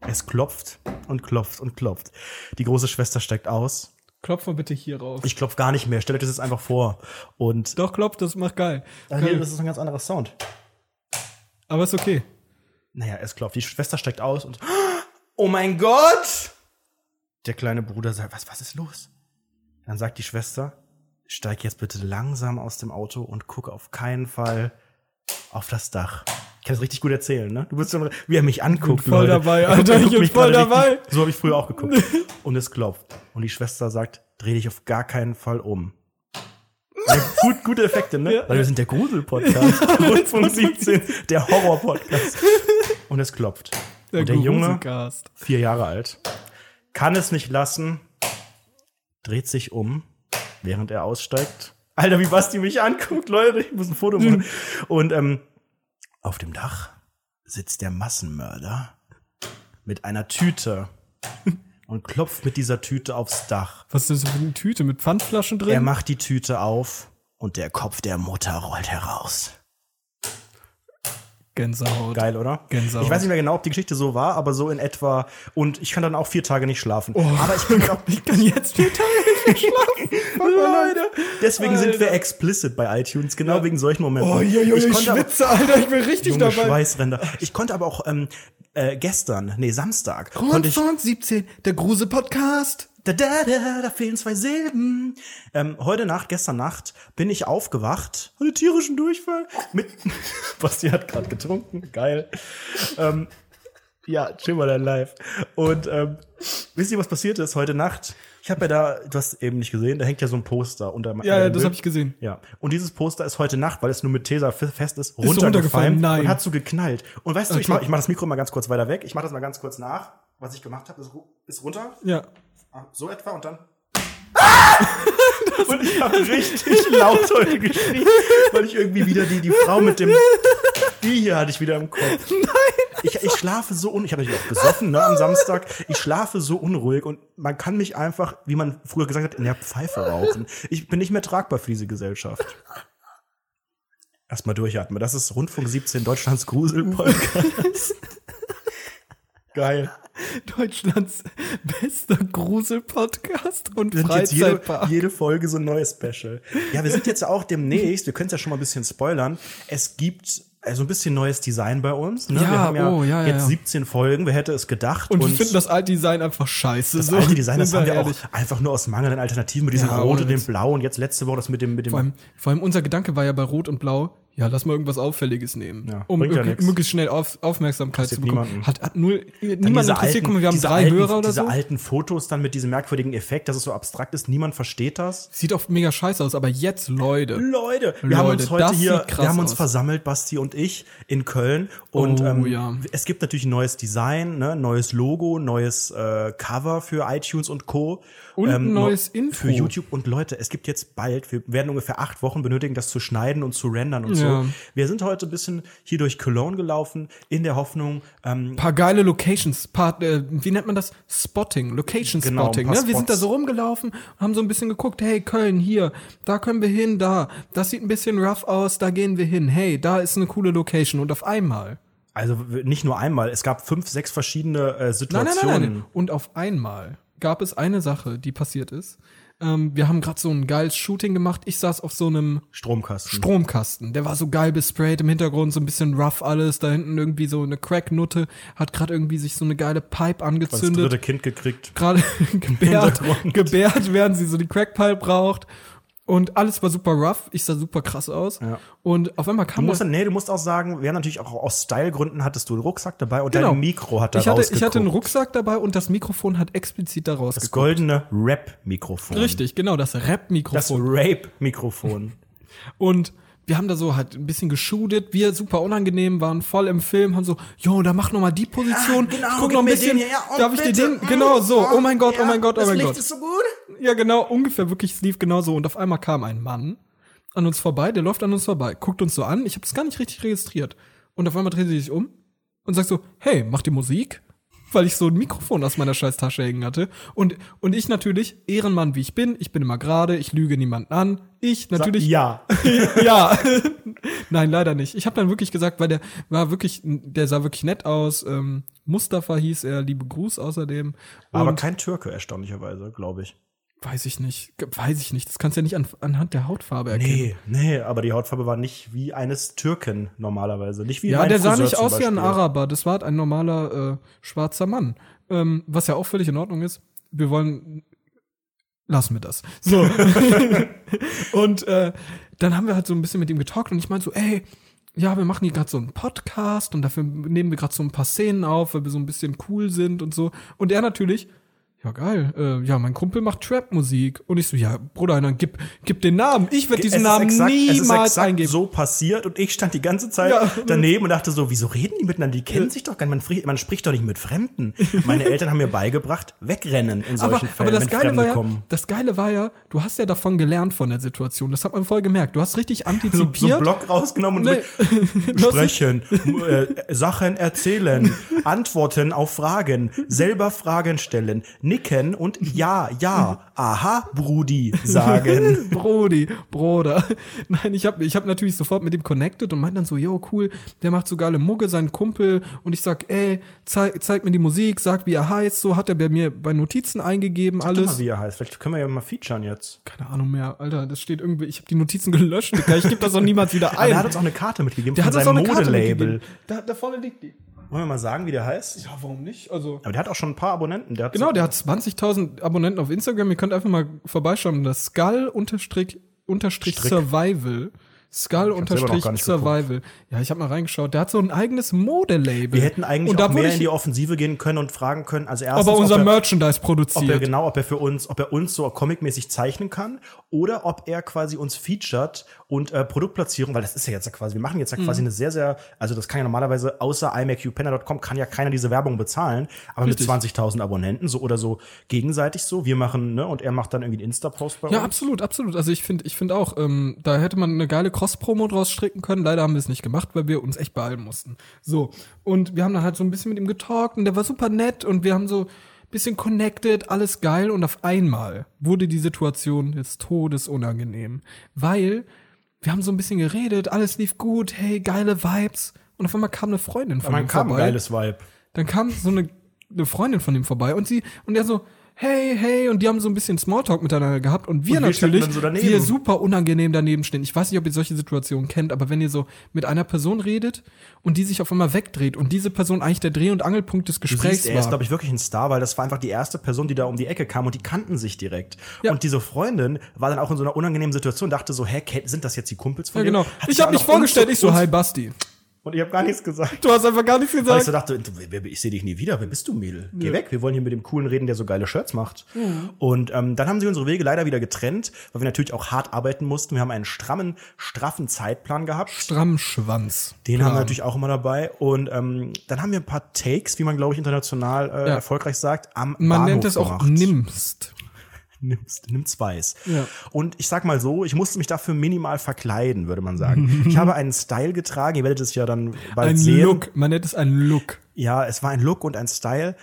B: Es klopft und klopft und klopft. Die große Schwester steigt aus.
A: Klopf mal bitte hier rauf.
B: Ich klopf gar nicht mehr. Stellt euch das jetzt einfach vor. Und
A: Doch, klopf, das macht geil.
B: Ah,
A: geil.
B: hier, das ist ein ganz anderer Sound.
A: Aber ist okay.
B: Naja, es klopft. Die Schwester steigt aus und Oh mein Gott! Der kleine Bruder sagt, was, was ist los? Dann sagt die Schwester, steig jetzt bitte langsam aus dem Auto und guck auf keinen Fall auf das Dach. Ich kann es richtig gut erzählen, ne? Du bist schon, wie er mich anguckt.
A: voll
B: Leute.
A: dabei,
B: Er guckt-
A: Alter,
B: er
A: ich
B: guckt
A: bin
B: mich
A: voll
B: gerade richtig-
A: dabei.
B: So habe ich früher auch geguckt. Und es klopft. Und die Schwester sagt, dreh dich auf gar keinen Fall um. Ja, gut, gute Effekte, ne?
A: Ja.
B: Weil wir sind der Grusel-Podcast. Rundfunk 17, der Horror-Podcast. Und es klopft. und der Junge,
A: Gruselcast.
B: vier Jahre alt, kann es nicht lassen, dreht sich um, während er aussteigt. Alter, wie Basti mich anguckt, Leute, ich muss ein Foto machen. Und ähm, auf dem Dach sitzt der Massenmörder mit einer Tüte und klopft mit dieser Tüte aufs Dach.
A: Was ist das für eine Tüte mit Pfandflaschen
B: Er
A: drin?
B: macht die Tüte auf und der Kopf der Mutter rollt heraus.
A: Gänsehaut.
B: Geil, oder?
A: Gänsehaut.
B: Ich weiß nicht mehr genau, ob die Geschichte so war, aber so in etwa. Und ich kann dann auch vier Tage nicht schlafen.
A: Oh.
B: aber ich kann auch
A: Ich kann jetzt vier Tage nicht schlafen. Leute.
B: Deswegen sind wir
A: Alter.
B: explicit bei iTunes, genau wegen solchen Momenten.
A: Oh, je, je,
B: ich
A: je, ich
B: konnte aber,
A: schwitze, Alter, ich bin richtig
B: junge
A: dabei.
B: Schweißränder. Ich konnte aber auch ähm, äh, gestern, nee, Samstag, konnte ich.
A: Rundfunk 17, der Grusel-Podcast.
B: Da, da, da, da fehlen zwei Silben. Ähm, heute Nacht, gestern Nacht, bin ich aufgewacht, hatte tierischen Durchfall. Mit Basti hat gerade getrunken, geil. ähm, ja, chill mal dein Live. Und ähm, wisst ihr, was passiert ist heute Nacht? Ich habe ja da, du hast eben nicht gesehen, da hängt ja so ein Poster unter
A: Ja, ja, das
B: habe
A: habe ich gesehen.
B: Ja, und dieses Poster ist heute Nacht, weil es nur mit Tesa fe- fest ist,
A: runtergefallen?
B: runtergefallen,
A: Nein.
B: und hat so geknallt. Und weißt du, ich
A: Okay.
B: mach, ich mach das Mikro mal ganz kurz weiter weg, ich mach das mal ganz kurz nach, was ich gemacht habe, ist, ru- ist runter,
A: Ja.
B: Ah, so etwa und dann und ich habe richtig laut heute geschrien, weil ich irgendwie wieder die, die Frau mit dem die hier hatte ich wieder im Kopf. Nein. Ich, ich schlafe so un ich habe natürlich auch gesoffen ne, am Samstag. Ich schlafe so unruhig und man kann mich einfach, wie man früher gesagt hat, in der Pfeife rauchen. Ich bin nicht mehr tragbar für diese Gesellschaft. Erstmal durchatmen. Das ist Rundfunk 17 Deutschlands Grusel-Podcast. Geil.
A: Deutschlands bester Grusel-Podcast und
B: sind jetzt jede,
A: Freizeitpark.
B: jede Folge so ein neues Special. Ja, wir sind jetzt auch demnächst, wir können es ja schon mal ein bisschen spoilern. Es gibt also ein bisschen neues Design bei uns. Ne?
A: Ja,
B: wir haben ja,
A: oh, ja, ja,
B: jetzt
A: ja.
B: 17 Folgen, wer hätte es gedacht.
A: Und wir finden das alte Design einfach scheiße.
B: das alte Design, das
A: Sind
B: haben wir
A: ehrlich.
B: auch einfach nur aus Mangel an Alternativen mit diesem
A: Ja,
B: Rot
A: ohne
B: und dem
A: Witz.
B: Blau und jetzt letzte Woche das mit dem, mit
A: Vor
B: dem
A: allem, vor allem unser Gedanke war ja bei Rot und Blau, ja, lass mal irgendwas Auffälliges nehmen,
B: Ja,
A: um
B: bringt ja
A: irg-
B: nix.
A: möglichst schnell auf, Aufmerksamkeit zu bekommen.
B: niemanden.
A: Hat, hat nur
B: Dann
A: niemand
B: diese
A: interessiert,
B: alten-
A: guck mal, wir haben
B: diese
A: drei
B: alten,
A: Hörer oder
B: diese
A: so.
B: alten Fotos dann mit diesem merkwürdigen Effekt, dass es so abstrakt ist, niemand versteht das.
A: Sieht auch mega scheiße aus, aber jetzt, Leute.
B: Leute,
A: Leute,
B: wir haben uns heute
A: das
B: hier,
A: sieht krass
B: wir haben uns
A: aus.
B: versammelt, Basti und ich, in Köln. Und
A: Oh,
B: ähm,
A: ja.
B: es gibt natürlich ein neues Design, ne? neues Logo, neues äh, Cover für iTunes und Co.
A: Und ein
B: neu-
A: neues Intro.
B: Für YouTube. Und Leute, es gibt jetzt bald, wir werden ungefähr acht Wochen benötigen, das zu schneiden und zu rendern und
A: Ja.
B: so. Wir sind heute ein bisschen hier durch Cologne gelaufen, in der Hoffnung, ähm,
A: Paar geile Locations, paar, äh, wie nennt man das? Spotting, Location
B: Genau, ein
A: Spotting.
B: paar
A: Ne? Wir sind da
B: Spots.
A: so rumgelaufen und haben so ein bisschen geguckt, hey, Köln, hier, da können wir hin, da, das sieht ein bisschen rough aus, da gehen wir hin, hey, da ist eine coole Location und auf einmal.
B: also w- nicht nur einmal, es gab fünf, sechs verschiedene äh,
A: Nein, nein,
B: Situationen.
A: nein, nein. Und auf einmal gab es eine Sache, die passiert ist. Ähm, wir haben gerade so ein geiles Shooting gemacht. Ich saß auf so einem
B: Stromkasten.
A: Stromkasten. Der war so geil besprayt im Hintergrund, so ein bisschen rough alles. Da hinten irgendwie so eine Cracknutte. Hat gerade irgendwie sich so eine geile Pipe
B: das dritte
A: angezündet.
B: Kind gekriegt.
A: Gerade gebärt,
B: Hintergrund.
A: gebärt, während sie so die Crackpipe raucht. Und alles war super rough. Ich sah super krass aus.
B: Ja.
A: Und auf einmal
B: Du
A: kam
B: musst,
A: da-
B: dann- nee, du musst auch sagen, wir haben natürlich auch aus Stylegründen hattest du einen Rucksack dabei und
A: Genau.
B: dein Mikro hat da
A: ich hatte, ich hatte einen
B: rausgeguckt.
A: Rucksack dabei und das Mikrofon hat explizit da
B: Das
A: rausgeguckt.
B: goldene Rap-Mikrofon.
A: Richtig, genau, das
B: Das
A: Rap-Mikrofon.
B: Rape-Mikrofon.
A: Und wir haben da so halt ein bisschen geschudet, wir super unangenehm waren, voll im Film, haben so, jo, da mach noch mal die Position,
B: genau,
A: ich guck
B: gib
A: noch ein
B: mir
A: bisschen,
B: den hier, ja, und
A: darf ich dir
B: bitte,
A: den,
B: mm,
A: genau so,
B: oh,
A: oh mein Gott, oh
B: ja,
A: mein Gott, oh
B: das
A: mein
B: Licht
A: Gott.
B: ist so gut.
A: Ja, genau, ungefähr wirklich, es lief genau so und auf einmal kam ein Mann an uns vorbei, der läuft an uns vorbei, guckt uns so an, ich habe es gar nicht richtig registriert und auf einmal dreht sie sich um und sagt so, hey, macht ihr Musik? Weil ich so ein Mikrofon aus meiner scheiß Tasche hängen hatte. Und, und ich natürlich, Ehrenmann wie ich bin, ich bin immer gerade, ich lüge niemanden an. Ich natürlich
B: Ja.
A: ja. Nein, leider nicht. Ich habe dann wirklich gesagt, weil der war wirklich, der sah wirklich nett aus. Ähm, Mustafa hieß er, liebe Gruß außerdem.
B: Aber
A: Und
B: kein Türke, erstaunlicherweise, glaube ich.
A: weiß ich nicht, ge- weiß ich nicht. Das kannst du ja nicht an, anhand der Hautfarbe erkennen.
B: Nee, nee, aber die Hautfarbe war nicht wie eines Türken normalerweise. Nicht wie
A: Ja,
B: mein
A: der sah
B: Friseur
A: nicht
B: zum
A: aus wie ein
B: Beispiel.
A: Araber. Das war halt ein normaler äh, schwarzer Mann. Ähm, was ja auch völlig in Ordnung ist. Wir wollen. Lassen wir das. So. und äh, dann haben wir halt so ein bisschen mit ihm getalkt und ich meinte so, ey, ja, wir machen hier gerade so einen Podcast und dafür nehmen wir gerade so ein paar Szenen auf, weil wir so ein bisschen cool sind und so. Und er natürlich, ja geil, äh, ja, mein Kumpel macht Trap-Musik. Und ich so, ja, Bruder, dann gib, gib den Namen. Ich werde diesen
B: Es ist
A: Namen
B: exakt- es ist
A: niemals
B: exakt
A: eingeben.
B: so passiert und ich stand die ganze Zeit
A: Ja.
B: daneben und dachte so, wieso reden die miteinander? Die kennen sich doch gar nicht. Man, fri- man spricht doch nicht mit Fremden. Meine Eltern haben mir beigebracht, wegrennen in solchen Fällen,
A: das
B: wenn
A: Geile
B: Fremde
A: war ja,
B: kommen.
A: Das Geile war ja, du hast ja davon gelernt von der Situation. Das hat man voll gemerkt. Du hast richtig
B: So,
A: antizipiert.
B: so einen Block rausgenommen und
A: Nee. Du hast-
B: sprechen, m- äh, Sachen erzählen, Antworten auf Fragen, selber Fragen stellen, nicken und ja, ja, aha, Brudi sagen.
A: Brody, Bruder. Nein, ich habe ich hab natürlich sofort mit ihm connected und meinte dann so, yo, cool, der macht so geile Mucke, sein Kumpel. Und ich sag, ey, zeig, zeig mir die Musik, sag, wie er heißt. So hat er bei mir bei Notizen eingegeben,
B: Guck mal,
A: alles.
B: wie er heißt. Vielleicht können wir ja mal featuren jetzt.
A: Keine Ahnung mehr, Alter, das steht irgendwie, ich habe die Notizen gelöscht, Digga. Ich gebe das doch niemals wieder
B: Aber
A: ein.
B: der hat uns auch eine Karte mitgegeben
A: der
B: von
A: hat uns auch
B: seinem
A: eine Karte
B: Modelabel.
A: mitgegeben. Da, da vorne liegt die.
B: Wollen wir mal sagen, wie der heißt?
A: Ja, warum nicht? Also.
B: Aber der hat auch schon ein paar Abonnenten. Der hat
A: Genau, der hat 20.000 Abonnenten auf Instagram. Ihr könnt einfach mal vorbeischauen. Das Skull unterstrich, unterstrich
B: Strick.
A: Survival. Skull
B: selber noch
A: unterstrich
B: gar nicht
A: Survival. Ja, ich habe mal reingeschaut. Der hat so ein eigenes Modelabel.
B: wir hätten eigentlich
A: Und
B: auch
A: da wurde
B: mehr
A: ich,
B: in die Offensive gehen können und fragen können. Also erstens,
A: ob er unser
B: ob, er,
A: Merchandise
B: ob er
A: produziert.
B: genau, ob er für uns, ob er uns so comicmäßig zeichnen kann oder ob er quasi uns featured und äh, Produktplatzierung, weil das ist ja jetzt ja quasi, wir machen jetzt ja
A: Mhm.
B: quasi eine sehr, sehr, also das kann ja normalerweise außer iMacUPenna.com kann ja keiner diese Werbung bezahlen, aber
A: Richtig.
B: mit 20.000 Abonnenten so oder so gegenseitig so, wir machen, ne, und er macht dann irgendwie einen Insta-Post bei
A: ja,
B: uns.
A: absolut, absolut. Also ich finde ich find auch, ähm, da hätte man eine geile Cross-Promo draus stricken können. Leider haben wir es nicht gemacht, weil wir uns echt beeilen mussten. So, und wir haben dann halt so ein bisschen mit ihm getalkt und der war super nett und wir haben so ein bisschen connected, alles geil und auf einmal wurde die Situation des Todes unangenehm, weil wir haben so ein bisschen geredet, alles lief gut, hey, geile Vibes und auf einmal kam eine Freundin von
B: Man
A: ihm
B: kam ein
A: vorbei
B: geiles Vibe.
A: dann kam so eine, eine Freundin von ihm vorbei und sie und er so hey hey und die haben so ein bisschen Smalltalk miteinander gehabt und wir
B: Und wir
A: natürlich
B: standen so daneben.
A: wir super unangenehm daneben stehen. Ich weiß nicht, ob ihr solche Situationen kennt, aber wenn ihr so mit einer Person redet und die sich auf einmal wegdreht und diese Person eigentlich der Dreh- und Angelpunkt des
B: Du
A: Gesprächs
B: siehst, er ist,
A: war.
B: glaube ich, wirklich ein Star, weil das war einfach die erste Person, die da um die Ecke kam und die kannten sich direkt.
A: Ja.
B: Und diese Freundin war dann auch in so einer unangenehmen Situation und dachte so, hä, Kate, sind das jetzt die Kumpels von
A: Ja,
B: dem?
A: genau.
B: Hat sich
A: Ich habe
B: aber
A: mich
B: noch
A: vorgestellt,
B: uns-
A: ich so
B: uns-
A: hi Basti.
B: Und ich habe gar nichts gesagt.
A: Du hast einfach gar nichts
B: Weil ich so
A: gesagt.
B: dachte, du, wer- ich sehe dich nie wieder, wer bist du, Mädel? Geh weg, wir wollen hier mit dem Coolen reden, der so geile Shirts macht. Und ähm, dann haben sie unsere Wege leider wieder getrennt, weil wir natürlich auch hart arbeiten mussten. Wir haben einen strammen, straffen Zeitplan gehabt.
A: Stramm Schwanz.
B: Den haben wir
A: Plan.
B: natürlich auch immer dabei. Und ähm, dann haben wir ein paar Takes, wie man, glaube ich, international äh,
A: Ja.
B: erfolgreich sagt, am
A: Man
B: Bahnhof
A: nennt es auch
B: gemacht.
A: Nimmst.
B: nimmst, nimmst weiß.
A: Ja.
B: Und ich sag mal so, ich musste mich dafür minimal verkleiden, würde man sagen. ich habe einen Style getragen, ihr werdet es ja dann bald
A: Ein
B: sehen.
A: Look. Man nennt es ein Look.
B: Ja, es war ein Look und ein Style,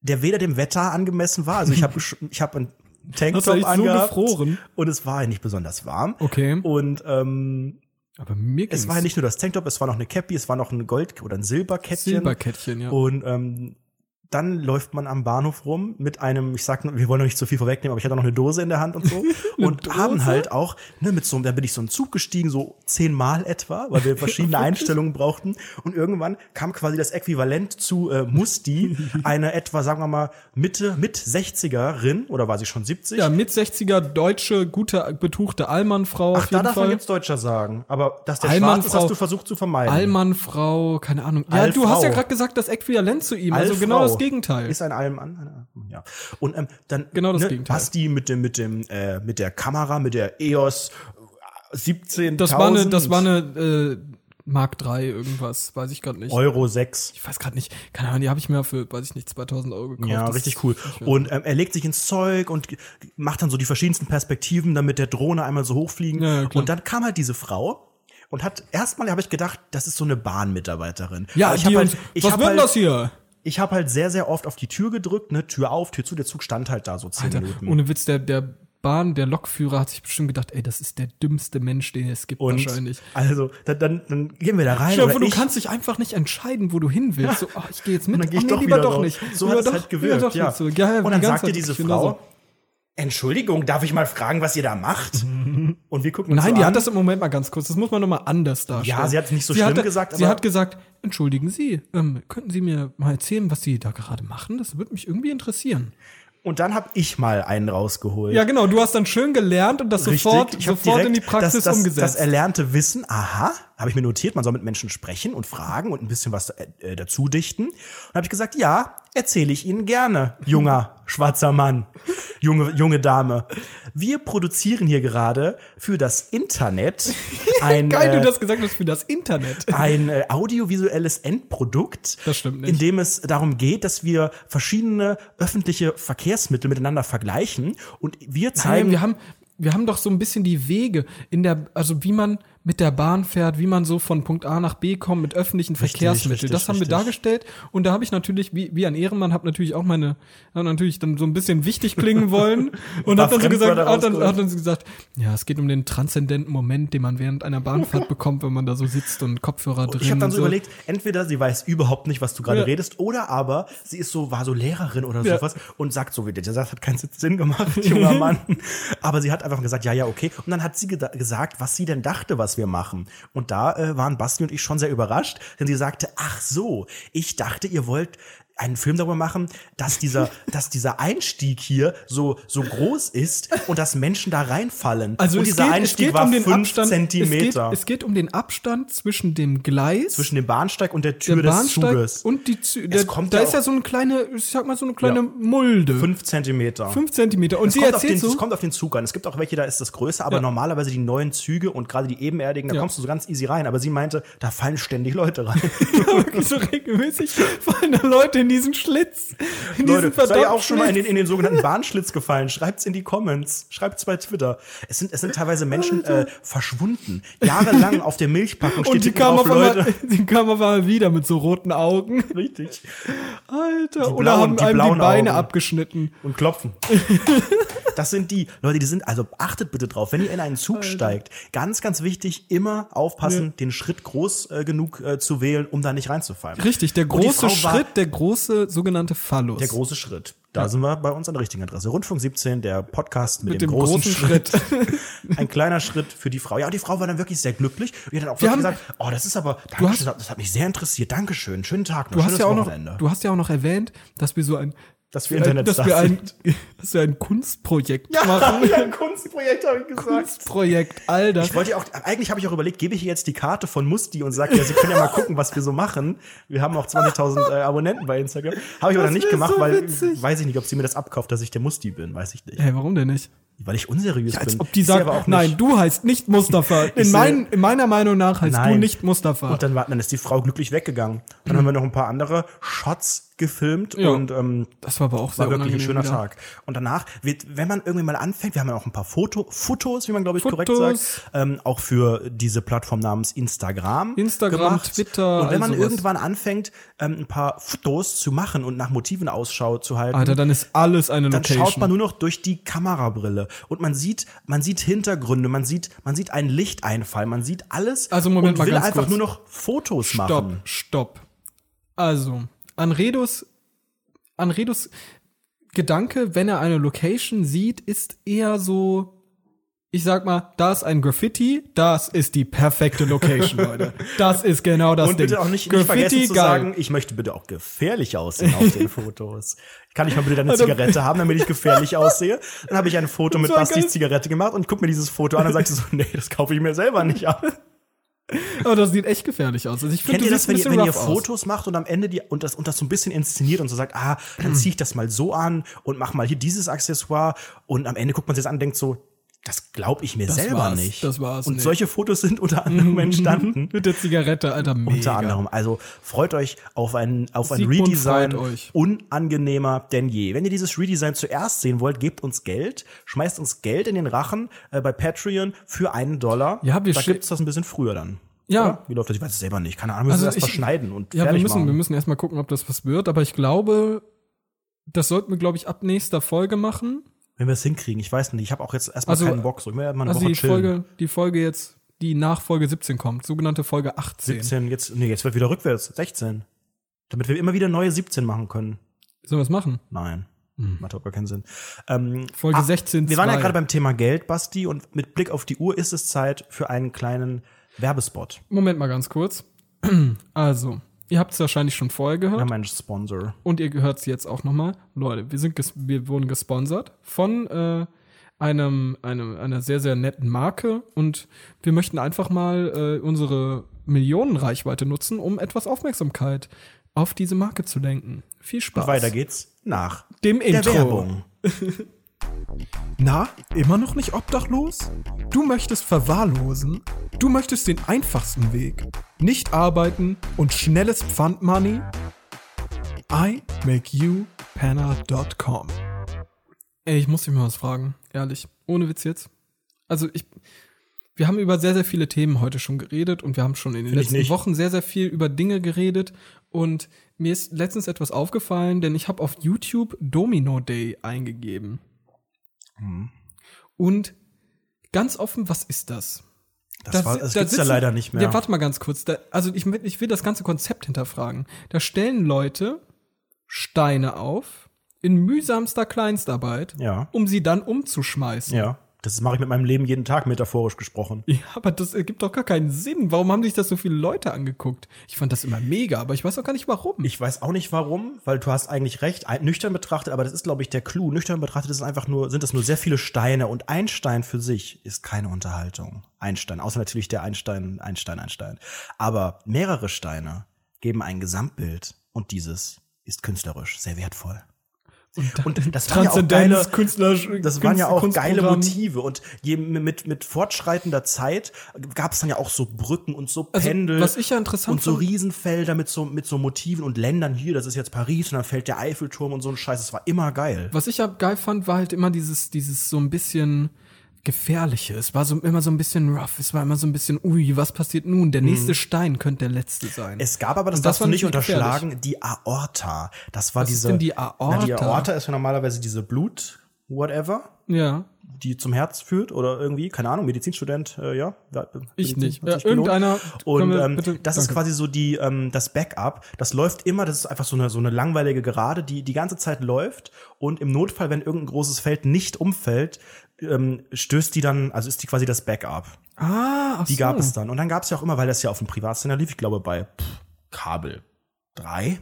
B: der weder dem Wetter angemessen war. Also ich habe ich habe einen
A: Hast du
B: Tanktop
A: eigentlich so
B: angehabt
A: gefroren?
B: und es war nicht besonders warm.
A: Okay.
B: Und ähm,
A: Aber mir
B: es
A: ging's.
B: war nicht nur das Tanktop, es war noch eine Cappy, es war noch ein Gold- oder ein Silberkettchen.
A: Oh. Silberkettchen, ja.
B: Und ähm, dann läuft man am Bahnhof rum mit einem, ich sag, wir wollen noch nicht zu viel vorwegnehmen, aber ich hatte noch eine Dose in der Hand und so. und Dose? haben halt auch, ne, mit so da bin ich so einen Zug gestiegen, so zehnmal etwa, weil wir verschiedene Einstellungen brauchten. Und irgendwann kam quasi das Äquivalent zu äh, Musti, eine etwa, sagen wir mal, Mitte, mit 60erin, oder war sie schon 70?
A: Ja, mit 60er deutsche, gute, betuchte Allmannfrau.
B: Ach, da darf Fall. man jetzt Deutscher sagen. Aber dass der
A: Allmann
B: Schwarz ist, hast du versucht zu vermeiden.
A: Allmannfrau, keine Ahnung. Ja,
B: Allfrau.
A: du hast ja gerade gesagt, das Äquivalent zu ihm. Also genau das Gegenteil.
B: Ist ein Alm an? Ja. Und ähm, dann
A: Genau das Gegenteil.
B: hast die mit dem mit dem äh, mit der Kamera, mit der E EOS äh, 17
A: Das war eine, das war eine äh, Mark 3 irgendwas, weiß ich gerade nicht.
B: Euro 6.
A: Ich weiß gerade nicht. Keine Ahnung, die habe ich mir für, weiß ich nicht, 2000 Euro gekauft.
B: Ja,
A: Das
B: richtig
A: ist-
B: cool.
A: ich weiß
B: Und ähm, er legt sich ins Zeug und g- macht dann so die verschiedensten Perspektiven, damit der Drohne einmal so hochfliegen.
A: Ja, ja, klar.
B: und dann kam halt diese Frau und hat erstmal habe ich gedacht, das ist so eine Bahnmitarbeiterin.
A: Ja,
B: Aber
A: ich
B: ich habe
A: halt,
B: halt, ich
A: was
B: hab
A: wird denn
B: halt,
A: das hier?
B: ich habe halt sehr sehr oft auf die Tür gedrückt, ne, Tür auf, Tür zu, der Zug stand halt da so zehn
A: Alter,
B: Minuten.
A: ohne Witz, der, der Bahn, der Lokführer hat sich bestimmt gedacht, ey, das ist der dümmste Mensch, den es gibt
B: und
A: wahrscheinlich.
B: also dann, dann, dann gehen wir da rein.
A: Stell dir vor,
B: oder
A: du
B: ich-
A: kannst dich einfach nicht entscheiden, wo du hin willst. So, ach, ich gehe jetzt mit.
B: Und dann gehe ich
A: Ah,
B: doch
A: lieber
B: wieder
A: doch
B: raus.
A: nicht.
B: So
A: Lieber
B: hat es
A: doch-
B: halt
A: lieber
B: gewirkt,
A: doch
B: ja.
A: nicht so. ja, ja,
B: und
A: die
B: dann
A: ganze
B: sagte
A: Zeit
B: diese Frau,
A: genauso.
B: Entschuldigung, darf ich mal fragen, was ihr da macht? und wir gucken uns
A: Nein,
B: so
A: die
B: an.
A: hat das im Moment mal ganz kurz. Das muss man nochmal anders darstellen.
B: Ja, sie hat's nicht so schlimm
A: hatte,
B: gesagt,
A: Sie
B: aber-
A: hat gesagt, entschuldigen Sie, ähm, könnten Sie mir mal erzählen, was Sie da gerade machen? Das würde mich irgendwie interessieren.
B: Und dann habe ich mal einen rausgeholt.
A: Ja, genau. Du hast dann schön gelernt und das
B: Richtig.
A: sofort,
B: Ich hab
A: sofort
B: direkt
A: in die Praxis
B: das, das, Das
A: umgesetzt.
B: erlernte Wissen, aha, habe ich mir notiert, man soll mit Menschen sprechen und fragen und ein bisschen was äh, dazu dichten. Und habe ich gesagt, ja, erzähle ich Ihnen gerne, junger schwarzer Mann, junge, junge Dame. Wir produzieren hier gerade für das Internet ein,
A: Geil,
B: äh,
A: du das gesagt hast für das Internet.
B: ein äh, audiovisuelles Endprodukt,
A: Das stimmt nicht.
B: in dem es darum geht, dass wir verschiedene öffentliche Verkehrsmittel miteinander vergleichen und wir zeigen
A: Nein, wir haben, wir haben doch so ein bisschen die Wege in der, also wie man mit der Bahn fährt, wie man so von Punkt A nach B kommt mit öffentlichen Verkehrsmitteln.
B: richtig,
A: das haben
B: richtig.
A: wir dargestellt und da habe ich natürlich, wie, wie ein Ehrenmann, habe natürlich auch meine, habe natürlich dann so ein bisschen wichtig klingen wollen und
B: War
A: hat dann so gesagt,
B: Fremdwörter
A: hat dann,
B: rausgeholt.
A: hat dann so gesagt, ja, es geht um den transzendenten Moment, den man während einer Bahnfahrt bekommt, wenn man da so sitzt und Kopfhörer drin.
B: Ich habe dann
A: und
B: so überlegt, entweder sie weiß überhaupt nicht, was du gerade
A: Ja.
B: redest, oder aber sie ist so, war so Lehrerin oder
A: Ja.
B: sowas und sagt so, wie der sagt, hat keinen Sinn gemacht, junger Mann. aber sie hat einfach gesagt, ja, ja, okay. Und dann hat sie geda- gesagt, was sie denn dachte, was wir machen. Und da äh, waren Basti und ich schon sehr überrascht, denn sie sagte, ach so, ich dachte, ihr wollt einen Film darüber machen, dass dieser, dass dieser Einstieg hier so, so groß ist und dass Menschen da reinfallen.
A: Also
B: und
A: es
B: dieser
A: geht, es
B: Einstieg
A: geht
B: war
A: um den
B: fünf
A: Abstand,
B: Zentimeter
A: Es geht, es geht um den Abstand zwischen dem Gleis
B: zwischen dem Bahnsteig und der Tür
A: der
B: des
A: Bahnsteig
B: Zuges.
A: und die Zü der,
B: kommt
A: da
B: ja
A: ist ja
B: auch-
A: so eine kleine, ich sag mal so eine kleine
B: Ja.
A: Mulde. Fünf,
B: Fünf Zentimeter.
A: Zentimeter. Und
B: Es
A: sie
B: kommt, auf den,
A: erzählt
B: es
A: so,
B: kommt auf den Zug an. Es gibt auch welche, da ist das größer, aber
A: Ja.
B: normalerweise die neuen Züge und gerade die ebenerdigen, da
A: Ja.
B: kommst du so ganz easy rein. Aber sie meinte, da fallen ständig Leute rein.
A: wirklich so regelmäßig fallen da Leute in diesen Schlitz. In diesen
B: Leute, seid ihr
A: verdammten
B: auch schon mal in den,
A: Schlitz.
B: in den sogenannten Bahnschlitz gefallen? Schreibt's in die Comments. Schreibt's bei Twitter. Es sind, es sind teilweise Menschen äh, verschwunden. Jahrelang auf der Milchpackung steht
A: und die
B: hinten
A: kamen
B: drauf,
A: auf, einmal, die kamen auf einmal wieder mit so roten Augen.
B: Richtig.
A: Alter. Oder
B: blauen-
A: haben
B: die
A: einem die
B: blauen
A: Beine
B: Augen.
A: abgeschnitten.
B: und klopfen. Das sind die Leute, die sind, also achtet bitte drauf, wenn ihr in einen Zug steigt, ganz, ganz wichtig, immer aufpassen, den Schritt groß äh, genug äh, zu wählen, um da nicht reinzufallen.
A: Richtig, der
B: Und die
A: große
B: Frau war-
A: Schritt, der große sogenannte Phallus.
B: Der große Schritt. Da sind wir bei uns an der richtigen Adresse. Rundfunk 17, der Podcast mit,
A: mit
B: dem, großen, Schritt.
A: Schritt.
B: Ein kleiner Schritt für die Frau. Ja, die Frau war dann wirklich sehr glücklich. Und die hat dann auch
A: Wir
B: wirklich
A: haben-
B: gesagt, oh, das ist aber, danke,
A: hast-
B: das hat- das hat mich sehr interessiert. Dankeschön, schönen Tag noch,
A: Du hast,
B: schönes
A: ja auch noch,
B: Wochenende.
A: du hast ja auch noch erwähnt, dass wir so ein
B: Dass wir Internet
A: dass wir ein, dass wir ein Kunstprojekt machen.
B: ein Kunstprojekt, habe ich gesagt.
A: Kunstprojekt, Alter.
B: Ich wollte ja auch, eigentlich habe ich auch überlegt, gebe ich ihr jetzt die Karte von Musti und sage, ja, sie können ja mal gucken, was wir so machen. Wir haben auch 20.000 äh, Abonnenten bei Instagram. Habe ich aber
A: Das
B: dann nicht
A: wär
B: gemacht,
A: so
B: weil
A: witzig.
B: weiß ich nicht, ob sie mir das abkauft, dass ich der Musti bin, weiß ich nicht.
A: Hä, warum denn nicht?
B: Weil ich unseriös bin.
A: Als ob die
B: Ich sehe
A: sagen,
B: aber auch
A: nein,
B: nicht.
A: du heißt nicht Mustafa. In,
B: sehe-
A: mein, in meiner Meinung nach heißt du
B: Nein.
A: nicht Mustafa.
B: Und dann, war, dann ist die Frau glücklich weggegangen. Dann haben wir noch ein paar andere Shots gefilmt
A: Ja.
B: und ähm,
A: das war aber auch sehr
B: war wirklich ein
A: unangenehm
B: schöner
A: wieder.
B: Tag. Und danach, wird, wenn man irgendwie mal anfängt, wir haben ja auch ein paar Foto, Fotos, wie man glaube ich korrekt
A: Fotos.
B: sagt, ähm, auch für diese Plattform namens Instagram.
A: Instagram, Twitter,
B: Und wenn man
A: all sowas.
B: irgendwann anfängt, ähm, ein paar Fotos zu machen und nach Motiven Ausschau zu halten,
A: Alter, dann ist alles eine
B: dann
A: Location.
B: schaut man nur noch durch die Kamerabrille und man sieht, man sieht Hintergründe, man sieht, man sieht einen Lichteinfall, man sieht alles
A: Also, Moment
B: und
A: mal
B: will
A: ganz
B: einfach
A: kurz.
B: nur noch Fotos
A: stopp,
B: machen.
A: stopp. Also, Anredos Anredos Gedanke, wenn er eine Location sieht, ist eher so, ich sag mal, da ist ein Graffiti, das ist die perfekte Location, Leute. Das ist genau das
B: Und
A: Ding.
B: bitte auch nicht, nicht vergessen zu sagen, ich möchte bitte auch gefährlich aussehen auf den Fotos. Kann ich mal bitte deine Zigarette haben, damit ich gefährlich aussehe? Dann habe ich ein Foto mit
A: war geil.
B: Bastis Zigarette gemacht und guck mir dieses Foto an und sagte so, nee, das kaufe ich mir selber nicht ab.
A: Aber das sieht echt gefährlich aus. Also ich
B: Kennt
A: finde,
B: ihr
A: du
B: das,
A: siehst ein
B: wenn ihr,
A: bisschen
B: wenn ihr
A: rough aus.
B: Fotos macht und am Ende die, und das, und das so ein bisschen inszeniert und so sagt, ah, dann ziehe ich das mal so an und mach mal hier dieses Accessoire und am Ende guckt man sich das an und denkt so, das glaube ich mir selber
A: war's,
B: nicht.
A: das war's
B: Und
A: nicht. Mhm.
B: solche Fotos sind unter anderem entstanden.
A: Mit der Zigarette, Alter, mega.
B: Unter anderem. Also freut euch auf ein, auf ein
A: Sigmund
B: Redesign
A: freut euch.
B: unangenehmer denn je. Wenn ihr dieses Redesign zuerst sehen wollt, gebt uns Geld, schmeißt uns Geld in den Rachen äh, bei Patreon für einen Dollar.
A: Ja, wir
B: da
A: sche-
B: gibt's das ein bisschen früher dann.
A: Ja.
B: Oder? Wie läuft das? Ich weiß es selber nicht. Keine Ahnung, wir müssen
A: Also
B: das
A: ich-
B: verschneiden und
A: Ja, wir
B: fertig
A: müssen, wir
B: machen.
A: müssen erstmal gucken, ob das was wird, aber ich glaube, das sollten wir, glaube ich, ab nächster Folge machen.
B: Wenn wir es hinkriegen, ich weiß nicht. Ich habe auch jetzt erstmal
A: Also-
B: keinen Bock. So, ich will erstmal eine
A: Also
B: Woche
A: die
B: chillen.
A: Folge, die Folge jetzt, die nach Folge 17 kommt, sogenannte Folge 18.
B: 17, jetzt, nee, jetzt wird wieder rückwärts. 16. Damit wir immer wieder neue 17 machen können.
A: Sollen wir es machen?
B: Nein. Macht überhaupt gar keinen Sinn. Ähm,
A: Hm. Folge
B: ah,
A: 16,
B: Wir waren ja
A: zwei.
B: gerade beim Thema Geld, Basti, und mit Blick auf die Uhr ist es Zeit für einen kleinen Werbespot.
A: Moment mal ganz kurz. Also, ihr habt es wahrscheinlich schon vorher
B: Wir
A: gehört
B: haben einen Sponsor.
A: und ihr hört es jetzt auch nochmal. Leute, wir, sind ges wir wurden gesponsert von äh, einem, einem, einer sehr, sehr netten Marke und wir möchten einfach mal äh, unsere Millionenreichweite nutzen, um etwas Aufmerksamkeit auf diese Marke zu lenken. Viel Spaß.
B: Weiter geht's nach
A: Dem
B: der
A: Intro.
B: Werbung.
A: Na, immer noch nicht obdachlos? Du möchtest verwahrlosen? Du möchtest den einfachsten Weg? Nicht arbeiten und schnelles Pfandmoney? I make you penner.com Ey, ich muss dich mal was fragen, ehrlich. Ohne Witz jetzt. Also ich. Wir haben über sehr, sehr viele Themen heute schon geredet und wir haben schon in den
B: Find ich
A: letzten
B: nicht.
A: Wochen sehr, sehr viel über Dinge geredet. Und mir ist letztens etwas aufgefallen, denn ich habe auf YouTube Domino Day eingegeben. Mhm. Und ganz offen, was ist das?
B: Das, war, das
A: da
B: gibt's ja
A: sitzen-
B: leider nicht mehr.
A: Ja, warte mal ganz kurz. Da, also ich, will- ich will das ganze Konzept hinterfragen. Da stellen Leute Steine auf in mühsamster Kleinstarbeit,
B: Ja.
A: um sie dann umzuschmeißen.
B: ja. Das mache ich mit meinem Leben jeden Tag, metaphorisch gesprochen.
A: Ja, aber das ergibt doch gar keinen Sinn. Warum haben sich das so viele Leute angeguckt? Ich fand das immer mega, aber ich weiß auch gar nicht warum.
B: Ich weiß auch nicht warum, weil du hast eigentlich recht, ein- nüchtern betrachtet, aber das ist, glaube ich, der Clou. Nüchtern betrachtet ist es einfach nur, sind das nur sehr viele Steine und ein Stein für sich ist keine Unterhaltung. Ein Stein, außer natürlich der Einstein, Einstein, Einstein. Aber mehrere Steine geben ein Gesamtbild und dieses ist künstlerisch sehr wertvoll.
A: und,
B: Und das waren ja auch
A: Transzendenz,
B: geile,
A: Künstler,
B: das waren ja auch geile
A: Kunstprogramm.
B: Motive und je, mit, mit fortschreitender Zeit gab es dann ja auch so Brücken und so
A: Also,
B: Pendel
A: was ich ja interessant
B: und so
A: fand-
B: Riesenfelder mit so, mit so Motiven und Ländern hier, das ist jetzt Paris und dann fällt der Eiffelturm und so ein Scheiß, das war immer geil.
A: Was ich ja geil fand, war halt immer dieses, dieses so ein bisschen gefährliche. Es war so immer so ein bisschen rough. Es war immer so ein bisschen, ui, was passiert nun? Der nächste Stein könnte der letzte sein.
B: Mhm. Es gab aber, das
A: Und das
B: darfst du
A: fand
B: nicht
A: ich gefährlich.
B: unterschlagen, die Aorta. Das war
A: Was ist
B: diese.
A: denn die
B: Na, die
A: Aorta?
B: Aorta ist ja normalerweise diese Blut, whatever,
A: ja,
B: die zum Herz führt oder irgendwie, keine Ahnung, Medizinstudent, äh, ja.
A: Ich
B: Medizin
A: nicht.
B: hat
A: Ja,
B: sich gelohnt.
A: irgendeiner-
B: Und
A: können wir
B: ähm,
A: bitte-
B: das ist
A: Danke.
B: quasi so die, ähm, das Backup. Das läuft immer, das ist einfach so eine, so eine langweilige Gerade, die die ganze Zeit läuft. Und im Notfall, wenn irgendein großes Feld nicht umfällt, ähm, stößt die dann, also ist die quasi das Backup.
A: Ah, ach
B: Die
A: so.
B: gab es dann. Und dann gab es ja auch immer, weil das ja auf dem Privatsender lief, ich glaube bei pff, Kabel 3.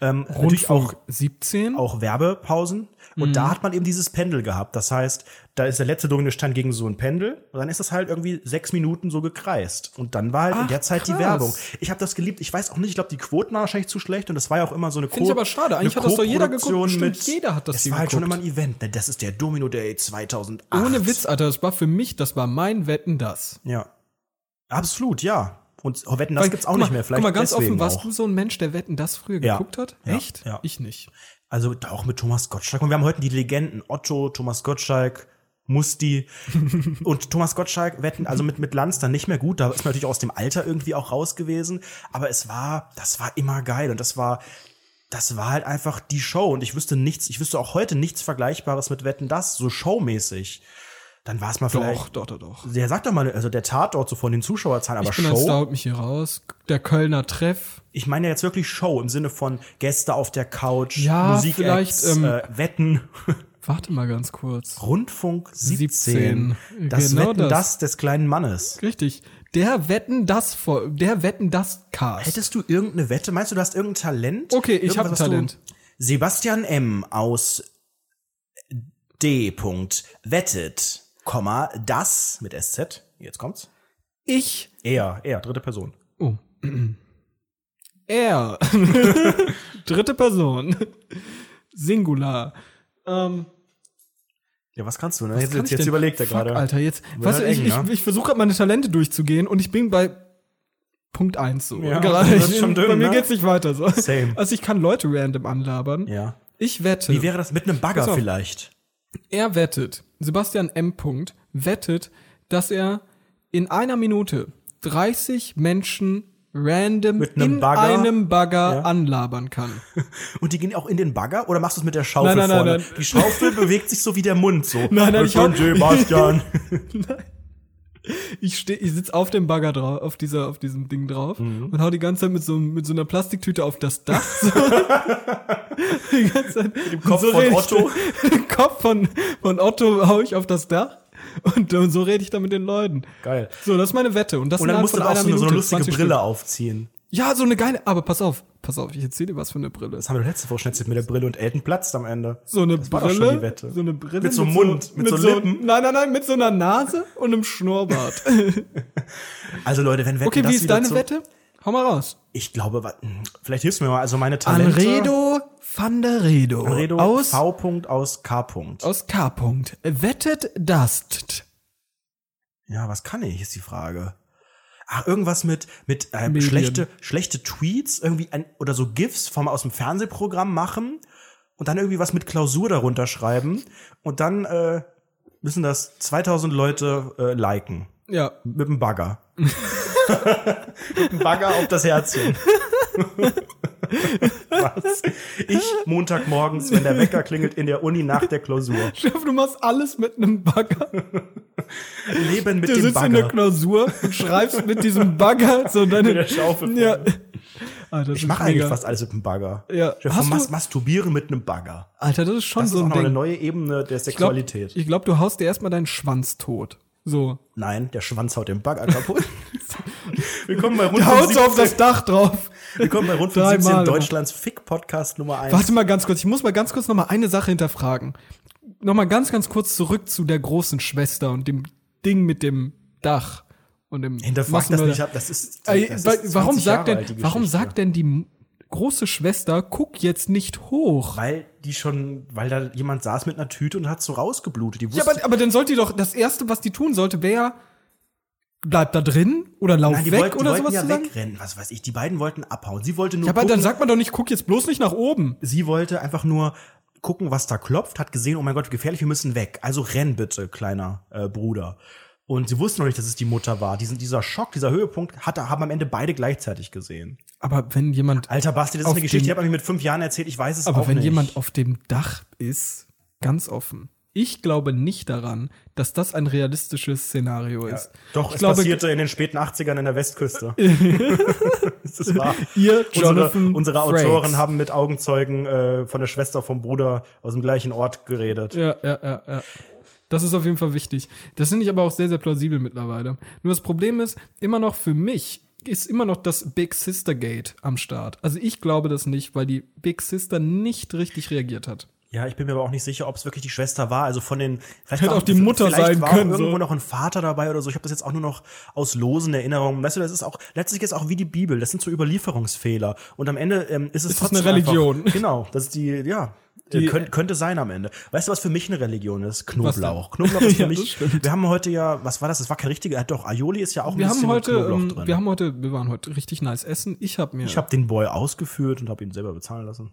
B: Ähm, natürlich auch
A: Rundfunk 17.
B: auch Werbepausen. Und
A: Mhm.
B: da hat man eben dieses Pendel gehabt. Das heißt, da ist der letzte dominante Stein gegen so ein Pendel. Und dann ist das halt irgendwie sechs Minuten so gekreist. Und dann war halt in
A: Ach,
B: der Zeit
A: krass.
B: die Werbung. Ich habe das geliebt. Ich weiß auch nicht, ich glaube, die Quoten waren wahrscheinlich zu schlecht. Und das war ja auch immer so eine
A: Finde ich aber schade. Eigentlich
B: eine
A: hat das doch jeder
B: Co-Produktion
A: geguckt. Stimmt,
B: Mit,
A: jeder hat das
B: Es
A: Ding
B: war halt schon immer
A: geguckt.
B: ein Event. Ne, Das ist der Domino Day 2008.
A: Ohne Witz, Alter, das war für mich, das war mein Wetten, das.
B: Ja. Absolut, ja. Und oh, wetten, das
A: Weil,
B: gibt's auch
A: guck mal,
B: nicht mehr. Vielleicht
A: guck mal, ganz
B: deswegen
A: offen, warst
B: auch.
A: du so ein Mensch, der Wetten, das früher
B: Ja.
A: geguckt hat?
B: Ja.
A: Echt?
B: Ja.
A: Ich nicht.
B: Also da auch mit Thomas Gottschalk. Und wir haben heute die Legenden Otto, Thomas Gottschalk, Musti und Thomas Gottschalk wetten, also mit, mit Lanz dann nicht mehr gut. Da ist man natürlich aus dem Alter irgendwie auch raus gewesen. Aber es war, das war immer geil und das war, das war halt einfach die Show. Und ich wüsste nichts, ich wüsste auch heute nichts Vergleichbares mit Wetten das, so showmäßig. dann war es mal vielleicht.
A: Doch, doch, doch, doch.
B: Der sagt doch mal, also der Tatort so von den Zuschauerzahlen, aber
A: Ich bin
B: Show.
A: als da haut mich hier raus. Der Kölner Treff.
B: Ich meine ja jetzt wirklich Show im Sinne von Gäste auf der Couch,
A: Ja,
B: Musik,
A: vielleicht, ähm,
B: äh, Wetten,
A: Warte mal ganz kurz.
B: Rundfunk 17.
A: 17,
B: Das
A: genau
B: Wetten
A: das.
B: das. des kleinen Mannes.
A: Richtig. Der Wetten das vor, der Wetten das Cast.
B: Hättest du irgendeine Wette? Meinst du, du hast irgendein Talent?
A: Okay, ich
B: Irgendwas,
A: hab ein
B: was du-
A: Talent.
B: Sebastian M. aus D. Punkt wettet, Komma, das mit SZ. Jetzt kommt's.
A: ich.
B: Er, er, dritte Person.
A: Oh. Er. Dritte Person. Singular. Ähm,
B: Ja, was kannst du, ne?
A: was kann ich denn? Fuck, Alter, jetzt. Weißt du,
B: halt
A: ich,
B: eng,
A: ich,
B: ne?
A: ich versuche gerade meine Talente durchzugehen und ich bin bei Punkt 1 so.
B: Ja,
A: gerade
B: das ist
A: ich,
B: schon dünn,
A: bei mir
B: ne?
A: geht's nicht weiter so.
B: Same.
A: Also ich kann Leute random anlabern.
B: Ja.
A: Ich wette.
B: Wie wäre das mit einem
A: Pass
B: Bagger
A: auf.
B: vielleicht?
A: Er wettet, Sebastian M. Punkt, wettet, dass er in einer Minute 30 Menschen random
B: Mit einem
A: in
B: Bagger?
A: einem Bagger
B: Ja.
A: anlabern kann.
B: Und die gehen auch in den Bagger oder machst du es mit der Schaufel
A: Nein, nein,
B: vorne?
A: nein, nein.
B: Die Schaufel bewegt sich so wie der Mund so.
A: nein,
B: Und
A: ich hab-
B: Sebastian.
A: Ich stehe, ich sitz auf dem Bagger drauf, auf dieser, auf diesem Ding drauf
B: Mhm.
A: und hau die ganze Zeit mit so, mit so einer Plastiktüte auf das Dach. So. die ganze Zeit. Im
B: Kopf von Otto.
A: Im Kopf von, von Otto hau ich auf das Dach und, äh, so rede ich dann mit den Leuten.
B: Geil.
A: So, das ist meine Wette. Und das
B: Und dann
A: innerhalb
B: musst du
A: von
B: auch
A: einer
B: so eine, so eine
A: Minute,
B: lustige
A: 20
B: Brille
A: Stück.
B: aufziehen.
A: Ja, so eine geile. Aber pass auf, pass auf, ich erzähle dir was für eine Brille.
B: Das haben wir doch letzte Woche schon erzählt mit der Brille und Elton platzt am Ende.
A: So eine
B: das war doch
A: Brille.
B: schon die Wette.
A: So eine Brille.
B: Mit so einem Mund, mit so Lippen.
A: Nein, nein, nein, mit so einer Nase und einem Schnurrbart.
B: Also Leute, wenn Wetten
A: Okay,
B: das
A: wie ist
B: wieder
A: deine
B: zu-
A: Wette? Hau mal raus.
B: Ich glaube, wa- hm, vielleicht hilfst du mir mal. Also meine Talente.
A: Anredo van der Redo.
B: Redo
A: aus,
B: V. -Punkt aus K. -Punkt.
A: aus K. -Punkt. Wettet das. t-
B: Ja, was kann ich, ist die Frage. Ach, irgendwas mit, mit äh,
A: Medien.
B: schlechte, schlechte Tweets irgendwie ein, oder so GIFs vom, aus dem Fernsehprogramm machen und dann irgendwie was mit Klausur darunter schreiben und dann äh, müssen das 2000 Leute äh, liken.
A: Ja.
B: Mit dem Bagger. mit dem Bagger auf das Herzchen. was? Ich Montagmorgens, wenn der Wecker klingelt, in der Uni nach der Klausur.
A: Chef, du machst alles mit einem Bagger.
B: Leben mit
A: Du
B: dem
A: sitzt in der
B: Bagger.
A: Klausur und schreibst mit diesem Bagger so deine.
B: der Schaufel.
A: Ja. Alter,
B: Ich mache eigentlich fast alles mit dem Bagger.
A: Ja.
B: Ich
A: Hast du-
B: mas masturbieren mit einem Bagger.
A: Alter, das ist schon
B: Das
A: so
B: ist auch
A: ein
B: noch eine
A: Ding.
B: neue Ebene der
A: Ich glaub-
B: Sexualität.
A: Ich glaube, du haust dir erstmal deinen Schwanz tot. So.
B: Nein, der Schwanz haut den Bagger kaputt. Willkommen bei
A: Der haut so auf
B: 17
A: das Dach drauf.
B: Willkommen bei Rundfunk 17
A: Dreimal.
B: Deutschlands Fick-Podcast Nummer 1.
A: Warte mal ganz kurz, ich muss mal ganz kurz nochmal eine Sache hinterfragen. Nochmal ganz, ganz kurz zurück zu der großen Schwester und dem Ding mit dem Dach und dem
B: Hinterfragt das
A: Massenmörder.
B: nicht ab. Das ist, das
A: Ey,
B: ist
A: wa- warum
B: 20
A: sagt
B: Jahre
A: denn,
B: alt, die
A: warum
B: Geschichte.
A: sagt denn die m- große Schwester, guck jetzt nicht hoch?
B: Weil die schon, weil da jemand saß mit einer Tüte und hat so rausgeblutet. Die
A: Ja,
B: wusste,
A: aber, aber dann sollte die doch, das erste, was die tun sollte, wäre, bleib da drin oder lauf
B: nein, die
A: weg
B: wollten,
A: oder
B: die wollten
A: sowas
B: ja
A: zu sagen.
B: wegrennen. Was weiß ich, die beiden wollten abhauen. Sie wollte nur
A: Ja, aber dann
B: gucken.
A: sagt man doch nicht, guck jetzt bloß nicht nach oben.
B: sie wollte einfach nur gucken, was da klopft, hat gesehen, oh mein Gott, gefährlich, wir müssen weg. Also renn bitte, kleiner äh, Bruder. Und sie wussten noch nicht, dass es die Mutter war. Diesen, dieser Schock, dieser Höhepunkt hat, haben am Ende beide gleichzeitig gesehen.
A: Aber wenn jemand,
B: Alter Basti, das ist
A: Auf
B: eine Geschichte, die
A: dem-
B: habe ich mit fünf Jahren erzählt, ich weiß es
A: aber
B: auch
A: wenn
B: nicht.
A: jemand auf dem Dach ist, ganz offen. Ich glaube nicht daran, dass das ein realistisches Szenario ist.
B: Doch,
A: ich
B: es
A: glaube,
B: passierte in den späten 80ern in der Westküste. das ist wahr.
A: Ihr
B: Unsere,
A: Jonathan
B: unsere
A: Frakes.
B: Autoren haben mit Augenzeugen äh, von der Schwester vom Bruder aus dem gleichen Ort geredet.
A: Ja, ja, ja, ja. Das ist auf jeden Fall wichtig. Das finde ich aber auch sehr, sehr plausibel mittlerweile. Nur das Problem ist, immer noch für mich ist immer noch das Big Sister Gate am Start. Also ich glaube das nicht, weil die Big Sister nicht richtig reagiert hat.
B: Ja, ich bin mir aber auch nicht sicher, ob es wirklich die Schwester war. Also von den vielleicht
A: Hätte
B: war-
A: auch die Mutter
B: vielleicht
A: sein
B: war
A: können,
B: Auch irgendwo
A: so.
B: noch ein Vater dabei oder so. Ich habe das jetzt auch nur noch aus losen Erinnerungen. Weißt du, das ist auch letztlich ist auch wie die Bibel. Das sind so Überlieferungsfehler. Und am Ende ähm, ist es
A: das
B: trotzdem
A: eine Religion?
B: Einfach, genau, das ist die ja. Die, könnte, könnte sein am Ende. Weißt du, was für mich eine Religion ist? Knoblauch. Knoblauch ist für
A: Ja, das
B: mich. Wir haben heute ja, was war das? Das war kein richtiger. Doch, Aioli ist ja auch ein
A: Wir
B: bisschen
A: haben heute,
B: Knoblauch
A: ähm,
B: drin.
A: wir haben heute, wir waren heute richtig nice essen. Ich habe mir
B: ich habe den Boy ausgeführt und habe ihn selber bezahlen lassen.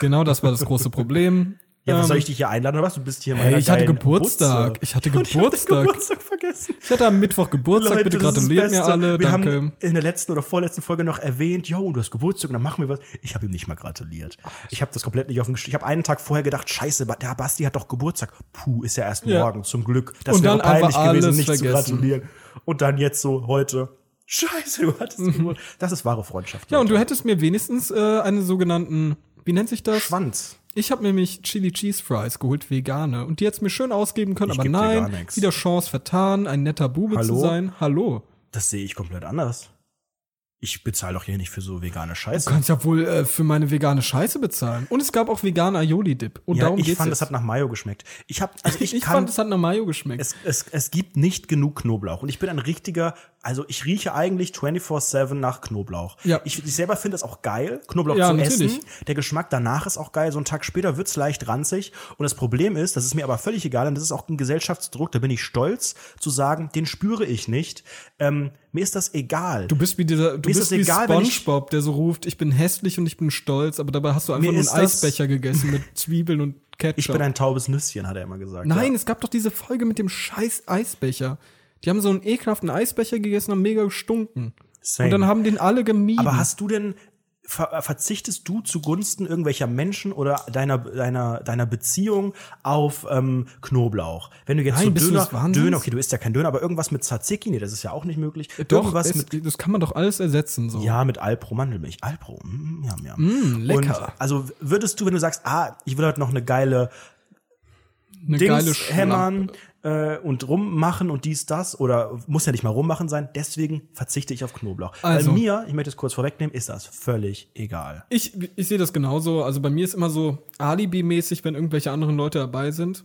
A: Genau das war das große Problem.
B: Ja, was soll ich dich hier einladen oder was? Du bist hier in
A: Hey,
B: meiner
A: ich hatte
B: geilen
A: Geburtstag.
B: Butze.
A: Ich hatte
B: Und ich hab den
A: Geburtstag.
B: Geburtstag vergessen.
A: Ich hatte am Mittwoch Geburtstag,
B: Leute,
A: bitte
B: das ist das
A: gratuliert mir
B: Beste.
A: alle.
B: Wir
A: Danke.
B: haben in der letzten oder vorletzten Folge noch erwähnt, yo, du hast Geburtstag und dann machen wir was. Ich habe ihm nicht mal gratuliert. Ich habe das komplett nicht auf dem Gesch- Ich habe einen Tag vorher gedacht, scheiße, ba- der Basti hat doch Geburtstag. Puh, ist ja erst
A: Ja.
B: morgen, zum Glück. Das
A: Und dann
B: wäre peinlich
A: einfach
B: gewesen,
A: alles
B: nicht
A: vergessen.
B: zu gratulieren. Und dann jetzt so heute. Scheiße, du hattest Geburtstag. Das ist wahre Freundschaft.
A: Mhm. ja, und
B: Leute.
A: du hättest mir wenigstens äh, einen sogenannten, wie nennt sich das?
B: Schwanz.
A: Ich habe nämlich Chili Cheese Fries geholt, vegane. Und die hättest du mir schön ausgeben können,
B: Ich
A: aber
B: geb dir gar
A: nein,
B: nix.
A: wieder Chance vertan, ein netter Bube zu
B: Hallo?
A: sein. Hallo.
B: Das sehe ich komplett anders. Ich bezahle doch hier nicht für so vegane
A: Du
B: Scheiße.
A: kannst ja wohl äh, für meine vegane Scheiße bezahlen. Und es gab auch veganen Aioli-Dip. Und
B: Ja,
A: darum
B: ich
A: geht's
B: fand,
A: jetzt.
B: es hat nach Mayo geschmeckt. Ich habe, also ich,
A: ich
B: kann,
A: fand, es hat nach Mayo geschmeckt.
B: Es, es, es gibt nicht genug Knoblauch. Und ich bin ein richtiger, also ich rieche eigentlich 24-7 nach Knoblauch.
A: Ja.
B: Ich, ich selber finde es auch geil, Knoblauch
A: Ja,
B: zu
A: natürlich.
B: essen. Der Geschmack danach ist auch geil. So einen Tag später wird's leicht ranzig. Und das Problem ist, das ist mir aber völlig egal, und das ist auch ein Gesellschaftsdruck, da bin ich stolz zu sagen, den spüre ich nicht. Ähm, mir ist das egal.
A: du bist wie dieser, du
B: Mir ist
A: bist
B: es
A: wie
B: egal, wenn ich-
A: Spongebob, der so ruft, ich bin hässlich und ich bin stolz, aber dabei hast du einfach
B: Mir
A: nur einen
B: ist das-
A: Eisbecher gegessen mit Zwiebeln und Ketchup.
B: ich bin ein taubes Nüsschen, hat er immer gesagt.
A: Nein,
B: Ja.
A: es gab doch diese Folge mit dem scheiß Eisbecher. Die haben so einen ekelhaften Eisbecher gegessen, haben mega gestunken.
B: Same.
A: Und dann haben den alle gemieden.
B: Aber hast du denn ver äh, verzichtest du zugunsten irgendwelcher Menschen oder deiner deiner deiner Beziehung auf ähm, Knoblauch? Wenn du jetzt
A: Nein, bist
B: so
A: du
B: Döner
A: des Wahnsinns?
B: Döner, okay, du isst ja kein Döner, aber irgendwas mit Tzatziki, nee, das ist ja auch nicht möglich.
A: doch,
B: irgendwas
A: es,
B: mit
A: das kann man doch alles ersetzen so. Hm,
B: ja, mit Alpro Mandelmilch. Alpro, mm, ja, ja.
A: lecker.
B: Und also würdest du, wenn du sagst, ah, ich will heute noch eine geile
A: Eine geile
B: Dings
A: Schlampe.
B: hämmern äh, und rummachen und dies, das oder muss ja nicht mal rummachen sein, deswegen verzichte ich auf Knoblauch.
A: Also.
B: Weil mir, ich möchte es kurz vorwegnehmen, ist das völlig egal.
A: Ich, ich sehe das genauso. Also bei mir ist immer so Alibi-mäßig, wenn irgendwelche anderen Leute dabei sind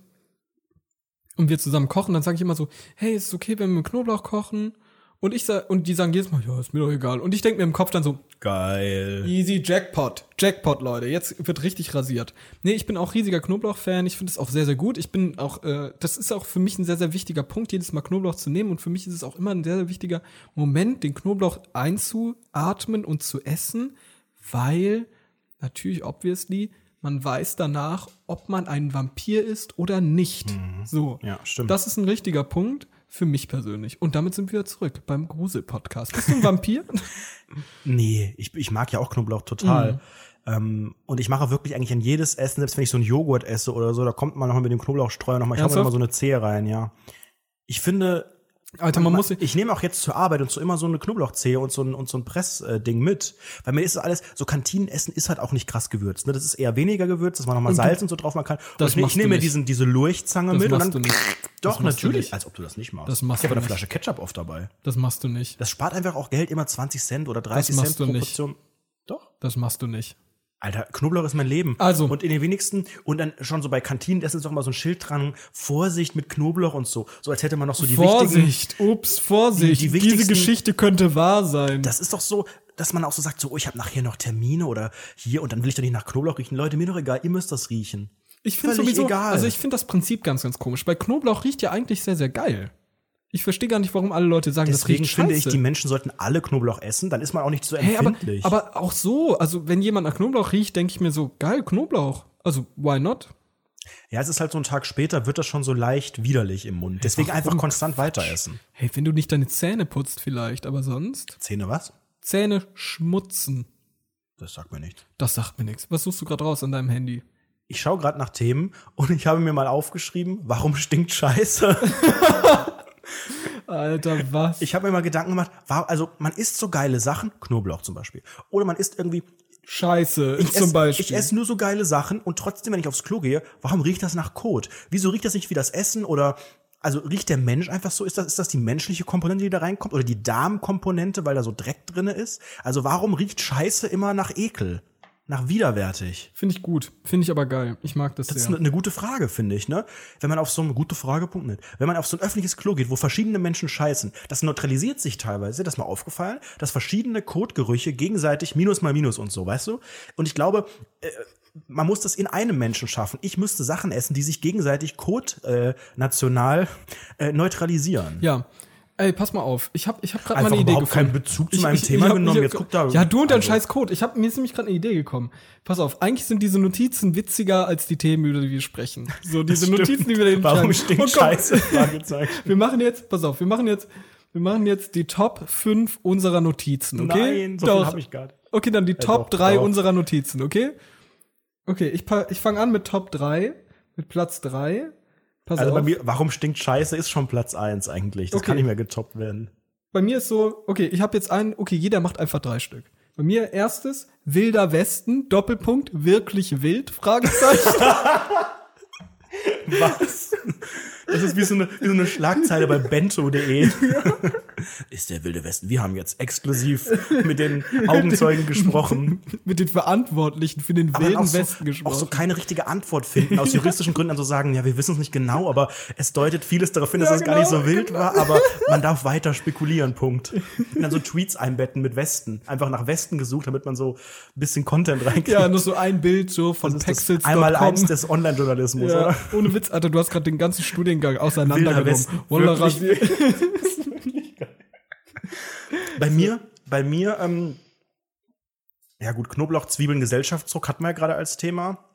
A: und wir zusammen kochen, dann sage ich immer so, hey, ist es okay, wenn wir mit Knoblauch kochen? Und ich sag, und die sagen jedes Mal, ja, ist mir doch egal. Und ich denke mir im Kopf dann so,
B: Geil.
A: Easy Jackpot. Jackpot, Leute. Jetzt wird richtig rasiert. Nee, ich bin auch riesiger Knoblauch-Fan. Ich finde es auch sehr, sehr gut. Ich bin auch, äh, das ist auch für mich ein sehr, sehr wichtiger Punkt, jedes Mal Knoblauch zu nehmen. Und für mich ist es auch immer ein sehr, sehr wichtiger Moment, den Knoblauch einzuatmen und zu essen, weil natürlich, obviously, man weiß danach, ob man ein Vampir ist oder nicht. So.
B: Ja, stimmt.
A: Das ist ein richtiger Punkt. Für mich persönlich. Und damit sind wir zurück beim Grusel-Podcast. Bist du ein Vampir?
B: Nee, ich, ich mag ja auch Knoblauch
A: Mhm.
B: total. Ähm, und ich mache wirklich eigentlich an jedes Essen, selbst wenn ich so einen Joghurt esse oder so, da kommt man nochmal mit dem Knoblauchstreuer nochmal, ich habe
A: Ernsthaft?
B: immer so eine Zehe rein, ja. Ich finde,
A: Alter, man muss.
B: ich nehme auch jetzt zur Arbeit und so immer so eine Knoblauchzehe und so ein, und so ein Pressding mit. Weil mir ist das alles, so Kantinenessen ist halt auch nicht krass gewürzt. Ne? Das ist eher weniger gewürzt, dass man nochmal Salz und so drauf machen kann.
A: Das
B: und ich,
A: machst
B: ich
A: du
B: nehme mir
A: nicht.
B: diesen, diese Lurchzange
A: Das
B: mit und
A: machst
B: dann.
A: du nicht.
B: Doch,
A: machst du
B: natürlich.
A: nicht.
B: Als ob du das nicht machst.
A: Das machst
B: ich habe
A: du
B: eine
A: nicht.
B: Flasche Ketchup oft dabei.
A: Das machst du nicht.
B: Das spart einfach auch Geld, immer 20 Cent oder 30
A: machst
B: Cent
A: du
B: pro
A: nicht.
B: Portion. Doch.
A: Das machst du nicht.
B: Alter, Knoblauch ist mein Leben.
A: Also.
B: Und in den wenigsten, und dann schon so bei Kantinen, da ist doch immer so ein Schild dran, Vorsicht mit Knoblauch und so. So als hätte man noch so die wichtigen.
A: Vorsicht, ups, Vorsicht.
B: Die- die
A: Diese
B: wichtigsten-
A: Geschichte könnte wahr sein.
B: Das ist doch so, dass man auch so sagt, so, oh, ich habe nachher noch Termine oder hier und dann will ich doch nicht nach Knoblauch riechen. Leute, mir doch egal, ihr müsst das riechen.
A: ich finde
B: völlig
A: sowieso,
B: egal.
A: also ich finde das Prinzip ganz, ganz komisch. Weil Knoblauch riecht ja eigentlich sehr, sehr geil. Ich verstehe gar nicht, warum alle Leute sagen,
B: Deswegen
A: das riecht
B: finde ich,
A: scheiße.
B: die Menschen sollten alle Knoblauch essen, dann ist man auch nicht so
A: hey, aber,
B: empfindlich.
A: aber auch so, also wenn jemand nach Knoblauch riecht, denke ich mir so, geil, Knoblauch. Also, why not?
B: ja, es ist halt so ein Tag später, wird das schon so leicht widerlich im Mund. Deswegen einfach konstant weiter essen.
A: Hey, wenn du nicht deine Zähne putzt vielleicht, aber sonst?
B: Zähne was?
A: Zähne schmutzen.
B: Das sagt mir nichts.
A: Das sagt mir nichts. Was suchst du gerade raus an deinem Handy?
B: Ich schaue gerade nach Themen und ich habe mir mal aufgeschrieben, warum stinkt Scheiße?
A: Alter, was?
B: Ich habe mir mal Gedanken gemacht, war, also man isst so geile Sachen, Knoblauch zum Beispiel. Oder man isst irgendwie.
A: scheiße,
B: Ich
A: zum
B: esse-
A: Beispiel.
B: Ich esse nur so geile Sachen und trotzdem, wenn ich aufs Klo gehe, warum riecht das nach Kot? Wieso riecht das nicht wie das Essen oder. Also riecht der Mensch einfach so? Ist das, ist das die menschliche Komponente, die da reinkommt? Oder die Darmkomponente, weil da so Dreck drinne ist? Also warum riecht Scheiße immer nach Ekel? Nach widerwärtig?
A: Finde ich gut. Finde ich aber geil. Ich mag das,
B: Das ist
A: sehr.
B: eine, eine gute Frage, finde ich, ne? Wenn man auf so eine gute Frage.net, wenn man auf so ein öffentliches Klo geht, wo verschiedene Menschen scheißen, das neutralisiert sich teilweise, ist dir das mal aufgefallen, dass verschiedene Kotgerüche gegenseitig Minus mal Minus und so, weißt du? Und ich glaube, äh, man muss das in einem Menschen schaffen. Ich müsste Sachen essen, die sich gegenseitig kot äh, national äh, neutralisieren.
A: Ja. Ey, pass mal auf. Ich habe ich hab gerade mal
B: Einfach
A: eine Idee
B: überhaupt
A: gefunden.
B: keinen Bezug zu meinem Thema genommen. Jetzt guck da-
A: Ja, du und dein
B: Also.
A: scheiß Code. Ich hab, mir ist nämlich gerade eine Idee gekommen. Pass auf, eigentlich sind diese Notizen witziger als die Themen, über die wir sprechen. So, diese Notizen, die wir da hinten schreiben. Oh
B: Warum stinkt
A: Und komm,
B: Scheiße? Fragezeichen.
A: Wir machen jetzt, pass auf, wir machen jetzt, wir machen jetzt die Top 5 unserer Notizen, okay?
B: Nein, so viel hab ich gar nicht.
A: Okay, dann die Top
B: doch,
A: 3
B: doch.
A: unserer Notizen, okay? Okay, ich, pa- ich fange an mit Top 3, mit Platz 3. Pass
B: Also
A: auf.
B: bei mir, warum stinkt Scheiße ist schon Platz 1 eigentlich. Das
A: Okay.
B: kann nicht mehr getoppt werden.
A: Bei mir ist so, okay, ich habe jetzt einen, okay, jeder macht einfach drei Stück. Bei mir erstes, wilder Westen, Doppelpunkt, wirklich wild, Fragezeichen.
B: Was? Das ist wie so eine, wie so eine Schlagzeile bei bento.de. Ist der Wilde Westen. Wir haben jetzt exklusiv mit den Augenzeugen gesprochen.
A: mit den Verantwortlichen für den
B: Aber dann
A: wilden
B: auch so,
A: Westen gesprochen.
B: Auch so keine richtige Antwort finden, aus juristischen Gründen, also sagen, ja, wir wissen es nicht genau, aber es deutet vieles darauf hin, dass
A: Ja,
B: es gar nicht
A: genau,
B: so wild war, aber man darf weiter spekulieren, Punkt. Und dann so Tweets einbetten mit Westen. Einfach nach Westen gesucht, damit man so ein bisschen Content reinkriegt.
A: ja, nur so ein Bild so von
B: Das ist
A: Pexels.
B: das einmal eins des Online-Journalismus,
A: ja,
B: oder?
A: ohne Witz, Alter, du hast gerade den ganzen Studiengang
B: Wilder
A: auseinandergenommen.
B: Westen,
A: Wallah,
B: wirklich
A: Rasi-
B: Bei mir, bei mir, ähm, ja gut, Knoblauch, Zwiebeln, Gesellschaftsdruck hatten wir ja gerade als Thema.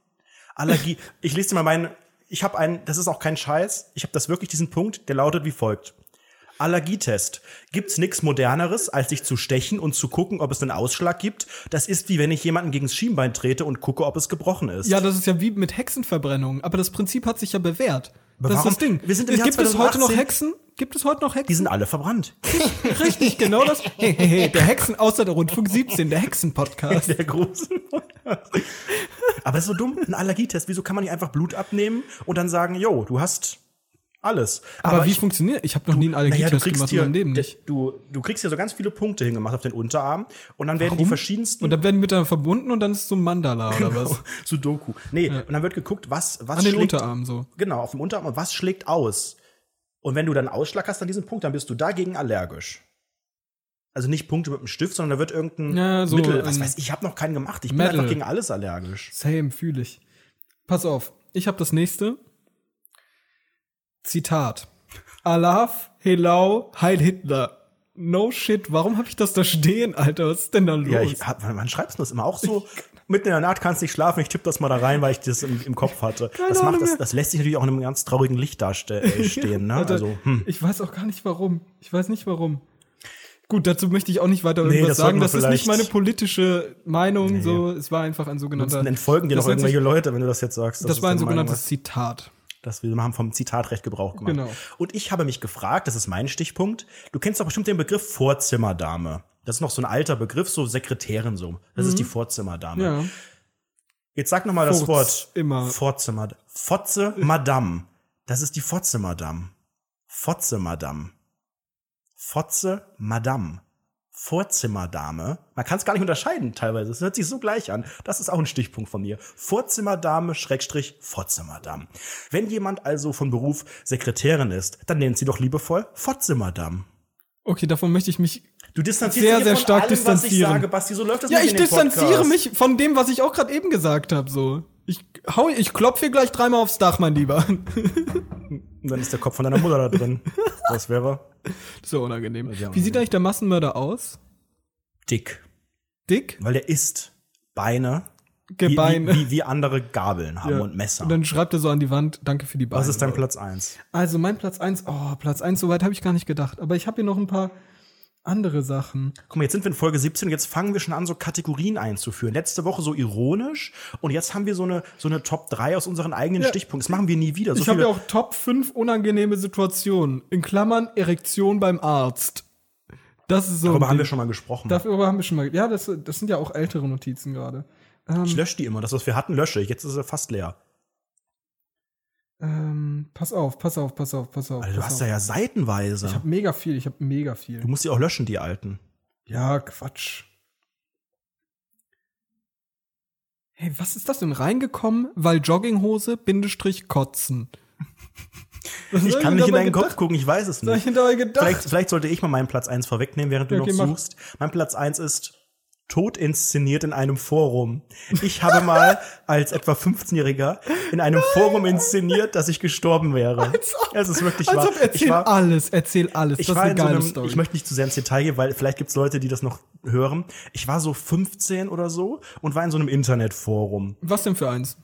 B: Allergie. ich lese dir mal meinen, ich habe einen, das ist auch kein Scheiß, ich habe das wirklich diesen Punkt, der lautet wie folgt. Allergietest. Gibt's nix moderneres, als sich zu stechen und zu gucken, ob es einen Ausschlag gibt? Das ist wie wenn ich jemanden gegens Schienbein trete und gucke, ob es gebrochen ist.
A: Ja, das ist ja wie mit Hexenverbrennung, aber das Prinzip hat sich ja bewährt.
B: Aber
A: das ist
B: warum-
A: das Ding.
B: wir sind im
A: Es
B: Jahr
A: gibt es heute noch
B: 2018.
A: Hexen? Gibt es heute noch Hexen?
B: Die sind alle verbrannt.
A: Richtig, genau das. Hey, hey, hey, der Hexen, außer der Rundfunk 17, der Hexen-Podcast.
B: Der große. Aber das ist so dumm, ein Allergietest. Wieso kann man nicht einfach Blut abnehmen und dann sagen, jo, du hast alles.
A: Aber, wie
B: ich-
A: funktioniert? Ich habe noch nie einen
B: naja, du
A: Allergietest
B: kriegst
A: gemacht in
B: hier,
A: meinem Leben
B: d-
A: nicht.
B: Du, du kriegst hier so ganz viele Punkte hingemacht auf den Unterarm und dann werden die verschiedensten
A: Und dann werden die miteinander verbunden und dann ist so ein Mandala oder was?
B: Sudoku. Nee, und dann wird geguckt, was, was
A: An den
B: schlägt-
A: Unterarm so.
B: Genau, auf dem Unterarm und was schlägt aus. Und wenn du dann Ausschlag hast an diesem Punkt, dann bist du dagegen allergisch. Also nicht Punkte mit dem Stift, sondern da wird irgendein
A: Ja, so
B: Mittel, was
A: ein
B: weiß ich, ich habe noch keinen gemacht. Ich
A: Metal.
B: bin einfach gegen alles allergisch.
A: Same, fühle ich. Pass auf, ich habe das nächste. Zitat. Alaf, Helau, Heil Hitler. No shit, warum habe ich das da stehen, Alter? Was ist denn da los?
B: Ja, ich hab, wann schreibst du das immer? Auch so mitten in der Nacht kannst nicht schlafen, ich tippe das mal da rein, weil ich das im, im Kopf hatte. Das,
A: Ahnung
B: macht, das,
A: mehr.
B: das lässt sich natürlich auch in einem ganz traurigen Licht darstellen. Ne?
A: Alter,
B: Also, hm.
A: Ich weiß auch gar nicht warum. Ich weiß nicht warum. Gut, dazu möchte ich auch nicht weiter irgendwas
B: das
A: sagen.
B: sollten wir
A: Das ist nicht
B: vielleicht-
A: meine politische Meinung. So, es war einfach ein sogenannter.
B: Dann entfolgen dir
A: das
B: noch
A: nennt sich-
B: irgendwelche Leute, wenn du das jetzt sagst.
A: Das,
B: ist
A: war ein
B: deine Meinung,
A: sogenanntes Zitat.
B: dass wir haben vom Zitatrecht Gebrauch gemacht.
A: Genau.
B: Und ich habe mich gefragt, das ist mein Stichpunkt, du kennst doch bestimmt den Begriff Vorzimmerdame. Das ist noch so ein alter Begriff, so Sekretärin so. Das ist die Vorzimmerdame.
A: Mhm. Ja.
B: Jetzt sag noch mal das
A: Furz
B: Wort.
A: immer.
B: Vorzimmer. Fotze Madame. Das ist die Fotze Madame. Fotze Madame. Fotze Madame. Vorzimmerdame. Man kann es gar nicht unterscheiden teilweise. Es hört sich so gleich an. Das ist auch ein Stichpunkt von mir. Vorzimmerdame Schrägstrich Vorzimmerdame. Wenn jemand also von Beruf Sekretärin ist, dann nennt sie doch liebevoll Vorzimmerdame.
A: Okay, davon möchte ich mich.
B: Du distanzierst
A: Sehr,
B: dich
A: sehr
B: von
A: stark
B: allem, was ich
A: distanzieren.
B: sage, Basti. So läuft das
A: Ja,
B: nicht
A: ich
B: in dem
A: distanziere
B: Podcast.
A: mich von dem, was ich auch gerade eben gesagt habe. So, ich hau, ich klopfe hier gleich dreimal aufs Dach, mein Lieber.
B: Und dann ist der Kopf von deiner Mutter da drin. Das wäre
A: So unangenehm.
B: Ja,
A: Wie sieht eigentlich der Massenmörder aus?
B: dick.
A: Dick,
B: Weil der isst Beine, wie,
A: Gebeine.
B: Wie, wie, wie andere Gabeln haben
A: Ja.
B: und Messer.
A: Und dann schreibt er so an die Wand, danke für die Beine.
B: Was ist dein Platz eins?
A: Also mein Platz 1, oh, Platz 1, soweit habe ich gar nicht gedacht. Aber ich habe hier noch ein paar andere Sachen.
B: Guck mal, jetzt sind wir in Folge 17 und jetzt fangen wir schon an, so Kategorien einzuführen. Letzte Woche so ironisch und jetzt haben wir so eine, so eine Top 3 aus unseren eigenen
A: Ja.
B: Stichpunkten. Das machen wir nie wieder. Also So
A: ich habe ja
B: viele-
A: auch Top 5 unangenehme Situationen. In Klammern Erektion beim Arzt. Das ist so.
B: darüber
A: ein
B: haben wir
A: Ding.
B: schon mal gesprochen.
A: Darüber haben wir schon mal. Ja, das, das sind ja auch ältere Notizen gerade.
B: ich lösche die immer. Das, was wir hatten, lösche ich. Jetzt ist er fast leer.
A: Ähm, pass auf, pass auf, pass auf, pass auf.
B: Alter, du
A: pass
B: hast
A: auf.
B: da ja seitenweise.
A: Ich habe mega viel, ich habe mega viel.
B: du musst die auch löschen, die alten.
A: Ja, Quatsch. Hey, was ist das denn reingekommen? Weil Jogginghose, Bindestrich, Kotzen. Was
B: Ich
A: hab
B: kann nicht in
A: dabei
B: deinen
A: gedacht?
B: Kopf gucken, ich weiß es
A: Was hab
B: nicht.
A: ich denn dabei gedacht?
B: Vielleicht, vielleicht sollte ich mal meinen Platz eins vorwegnehmen, während du
A: Okay,
B: noch
A: mach.
B: suchst. Mein Platz eins ist tot inszeniert in einem Forum. Ich habe mal als etwa 15-Jähriger in einem Forum inszeniert, dass ich gestorben wäre.
A: Als ob-
B: es ist wirklich
A: Also
B: wahr.
A: erzähl
B: ich war,
A: alles, erzähl alles.
B: ich
A: das ist
B: war
A: eine
B: in so
A: geile
B: einem,
A: Story.
B: ich möchte nicht zu sehr ins Detail gehen, weil vielleicht gibt's Leute, die das noch hören. Ich war so 15 oder so und war in so einem Internetforum
A: Was denn für eins?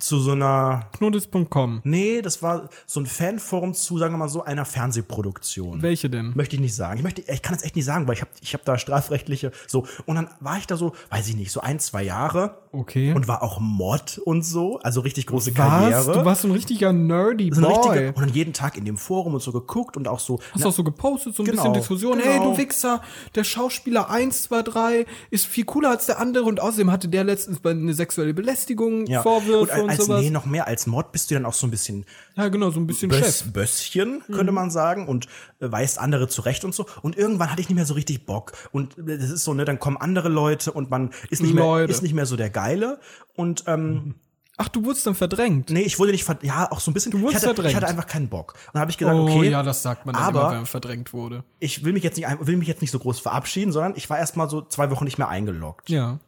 B: zu so einer,
A: Knudis.com.
B: nee, das war so ein Fanforum zu, sagen wir mal so, einer Fernsehproduktion.
A: Welche denn?
B: Möchte ich nicht sagen. Ich, möchte, ich kann es echt nicht sagen, weil ich habe ich hab da strafrechtliche. So. Und dann war ich da so, weiß ich nicht, so ein, zwei Jahre
A: Okay.
B: und war auch Mod und so. Also richtig große
A: Hm? Was?
B: Karriere.
A: Du warst so ein richtiger nerdy
B: so
A: Boy.
B: ein richtiger, und dann jeden Tag in dem Forum und so geguckt und auch so. ne,
A: Hast
B: na,
A: auch so gepostet, so ein
B: Genau,
A: bisschen Diskussion. Hey,
B: genau.
A: du Wichser, der Schauspieler 1, 2, 3 ist viel cooler als der andere und außerdem hatte der letztens bei- eine sexuelle Belästigung,
B: ja.
A: Vorwürfe
B: und,
A: und,
B: als,
A: sowas.
B: Nee, noch mehr als Mod bist du dann auch so ein bisschen
A: ja, genau, so ein bisschen
B: Böss,
A: Chef. Mhm.
B: Bösschen, könnte man sagen, und äh, weist andere zurecht und so. Und irgendwann hatte ich nicht mehr so richtig Bock. Und äh, das ist so, ne, dann kommen andere Leute und man ist nicht, mehr,
A: Leute.
B: ist nicht mehr so der Geile. Und ähm,
A: Ach, du wurdest dann verdrängt.
B: nee, ich wurde nicht, ver ja, auch so ein bisschen, ich
A: wurdest
B: hatte, ich
A: verdrängt.
B: hatte einfach keinen Bock. Und dann habe ich gesagt,
A: oh
B: okay,
A: ja, das sagt man dann
B: aber-
A: immer, wenn man verdrängt wurde.
B: ich will mich jetzt nicht, ein- will mich jetzt nicht so groß verabschieden, sondern ich war erstmal so zwei Wochen nicht mehr eingeloggt.
A: Ja.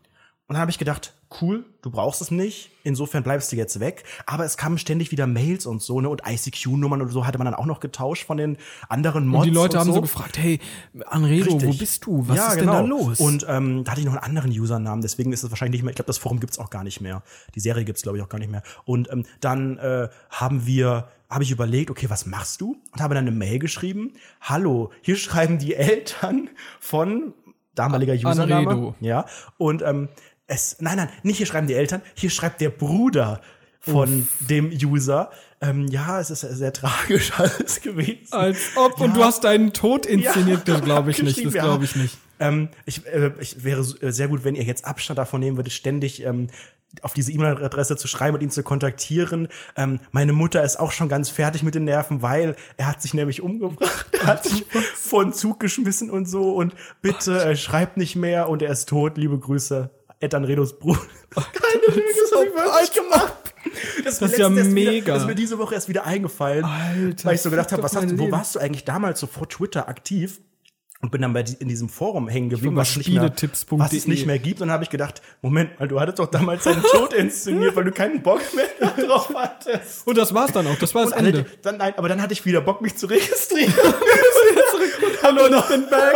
B: Und dann habe ich gedacht, cool, du brauchst es nicht, insofern bleibst du jetzt weg. Aber es kamen ständig wieder Mails und so, ne? Und ICQ-Nummern oder so hatte man dann auch noch getauscht von den anderen Mods.
A: Und die Leute
B: und
A: haben so,
B: so
A: gefragt, hey, Anredo,
B: Richtig.
A: wo bist du? Was
B: ja,
A: ist denn
B: genau.
A: da los?
B: Und ähm, da hatte ich noch einen anderen Usernamen, deswegen ist es wahrscheinlich nicht mehr, ich glaube, das Forum gibt's auch gar nicht mehr. Die Serie gibt's glaube ich, auch gar nicht mehr. Und ähm, dann äh, haben wir, habe ich überlegt, okay, was machst du? Und habe dann eine Mail geschrieben. Hallo, hier schreiben die Eltern von damaliger Username.
A: Anredo.
B: Ja. Und ähm, es, nein, nein, nicht hier schreiben die Eltern, hier schreibt der Bruder von dem User. Ähm, ja, es ist sehr tragisch alles gewesen.
A: als ob, und du hast deinen Tod inszeniert,
B: Ja,
A: das glaube ich nicht, das
B: geschrieben, ja.
A: glaube ich nicht.
B: Ähm, ich, äh, ich wäre so- äh, sehr gut, wenn ihr jetzt Abstand davon nehmen würdet, ständig ähm, auf diese E-Mail-Adresse zu schreiben und ihn zu kontaktieren. Ähm, meine Mutter ist auch schon ganz fertig mit den Nerven, weil er hat sich nämlich umgebracht, er hat sich von Zug geschmissen und so und bitte äh, schreibt nicht mehr und er ist tot. Liebe Grüße. Ed Anredos Bruder.
A: Oh,
B: Keine Lüge, das hab ich wirklich gemacht. Das,
A: Das ist ja
B: letztens erst Wieder,
A: mega.
B: das ist mir diese Woche erst wieder eingefallen.
A: Alter,
B: weil ich so gedacht
A: fick
B: habe, was
A: doch
B: hast,
A: mein
B: wo
A: Leben.
B: warst du eigentlich damals so vor Twitter aktiv? Und bin dann bei, die- in diesem Forum hängen geblieben,
A: Ich war bei
B: was, es nicht mehr,
A: spieletipps.de.
B: was es nicht mehr gibt. Und dann habe ich gedacht, Moment mal, du hattest doch damals deinen Tod inszeniert, weil du keinen Bock mehr drauf hattest.
A: Und das war's dann auch, das war das
B: Und alle,
A: Ende.
B: dann, nein, aber dann hatte ich wieder Bock, mich zu registrieren. und hallo, ich bin back.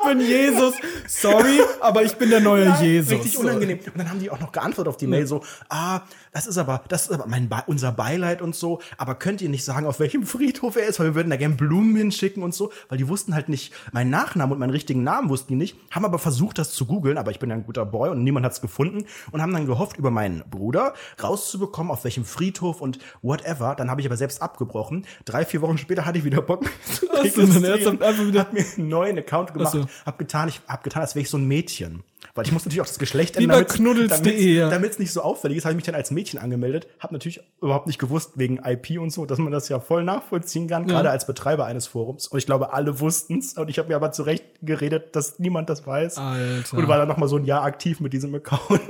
A: Ich bin Jesus. Sorry, aber ich bin der neue Jesus.
B: Richtig unangenehm. Und dann haben die auch noch geantwortet auf die Mail so, ah, das ist aber, das ist aber mein Be unser Beileid und so, aber könnt ihr nicht sagen, auf welchem Friedhof er ist, weil wir würden da gerne Blumen hinschicken und so, weil die wussten halt nicht, meinen Nachnamen und meinen richtigen Namen wussten die nicht, haben aber versucht, das zu googeln, aber ich bin ja ein guter Boy und niemand hat's gefunden und haben dann gehofft, über meinen Bruder rauszubekommen, auf welchem Friedhof und whatever. Dann habe ich aber selbst abgebrochen. Drei, vier Wochen später hatte ich wieder Bock. zu
A: Hast du denn ernsthaft einfach wieder-
B: hab mir einen neuen Account gemacht,
A: Ach so.
B: hab getan, ich hab getan, als wäre ich so ein Mädchen. Weil ich muss natürlich auch das Geschlecht
A: Wie bei knuddels.de, ja.
B: Damit es nicht so auffällig ist, habe ich mich dann als Mädchen angemeldet, habe natürlich überhaupt nicht gewusst wegen IP und so, dass man das ja voll nachvollziehen kann, gerade als Betreiber eines Forums. Und ich glaube, alle wussten's. Und ich habe mir aber zurecht geredet, dass niemand das weiß.
A: Alter.
B: Und war dann noch mal so ein Jahr aktiv mit diesem Account.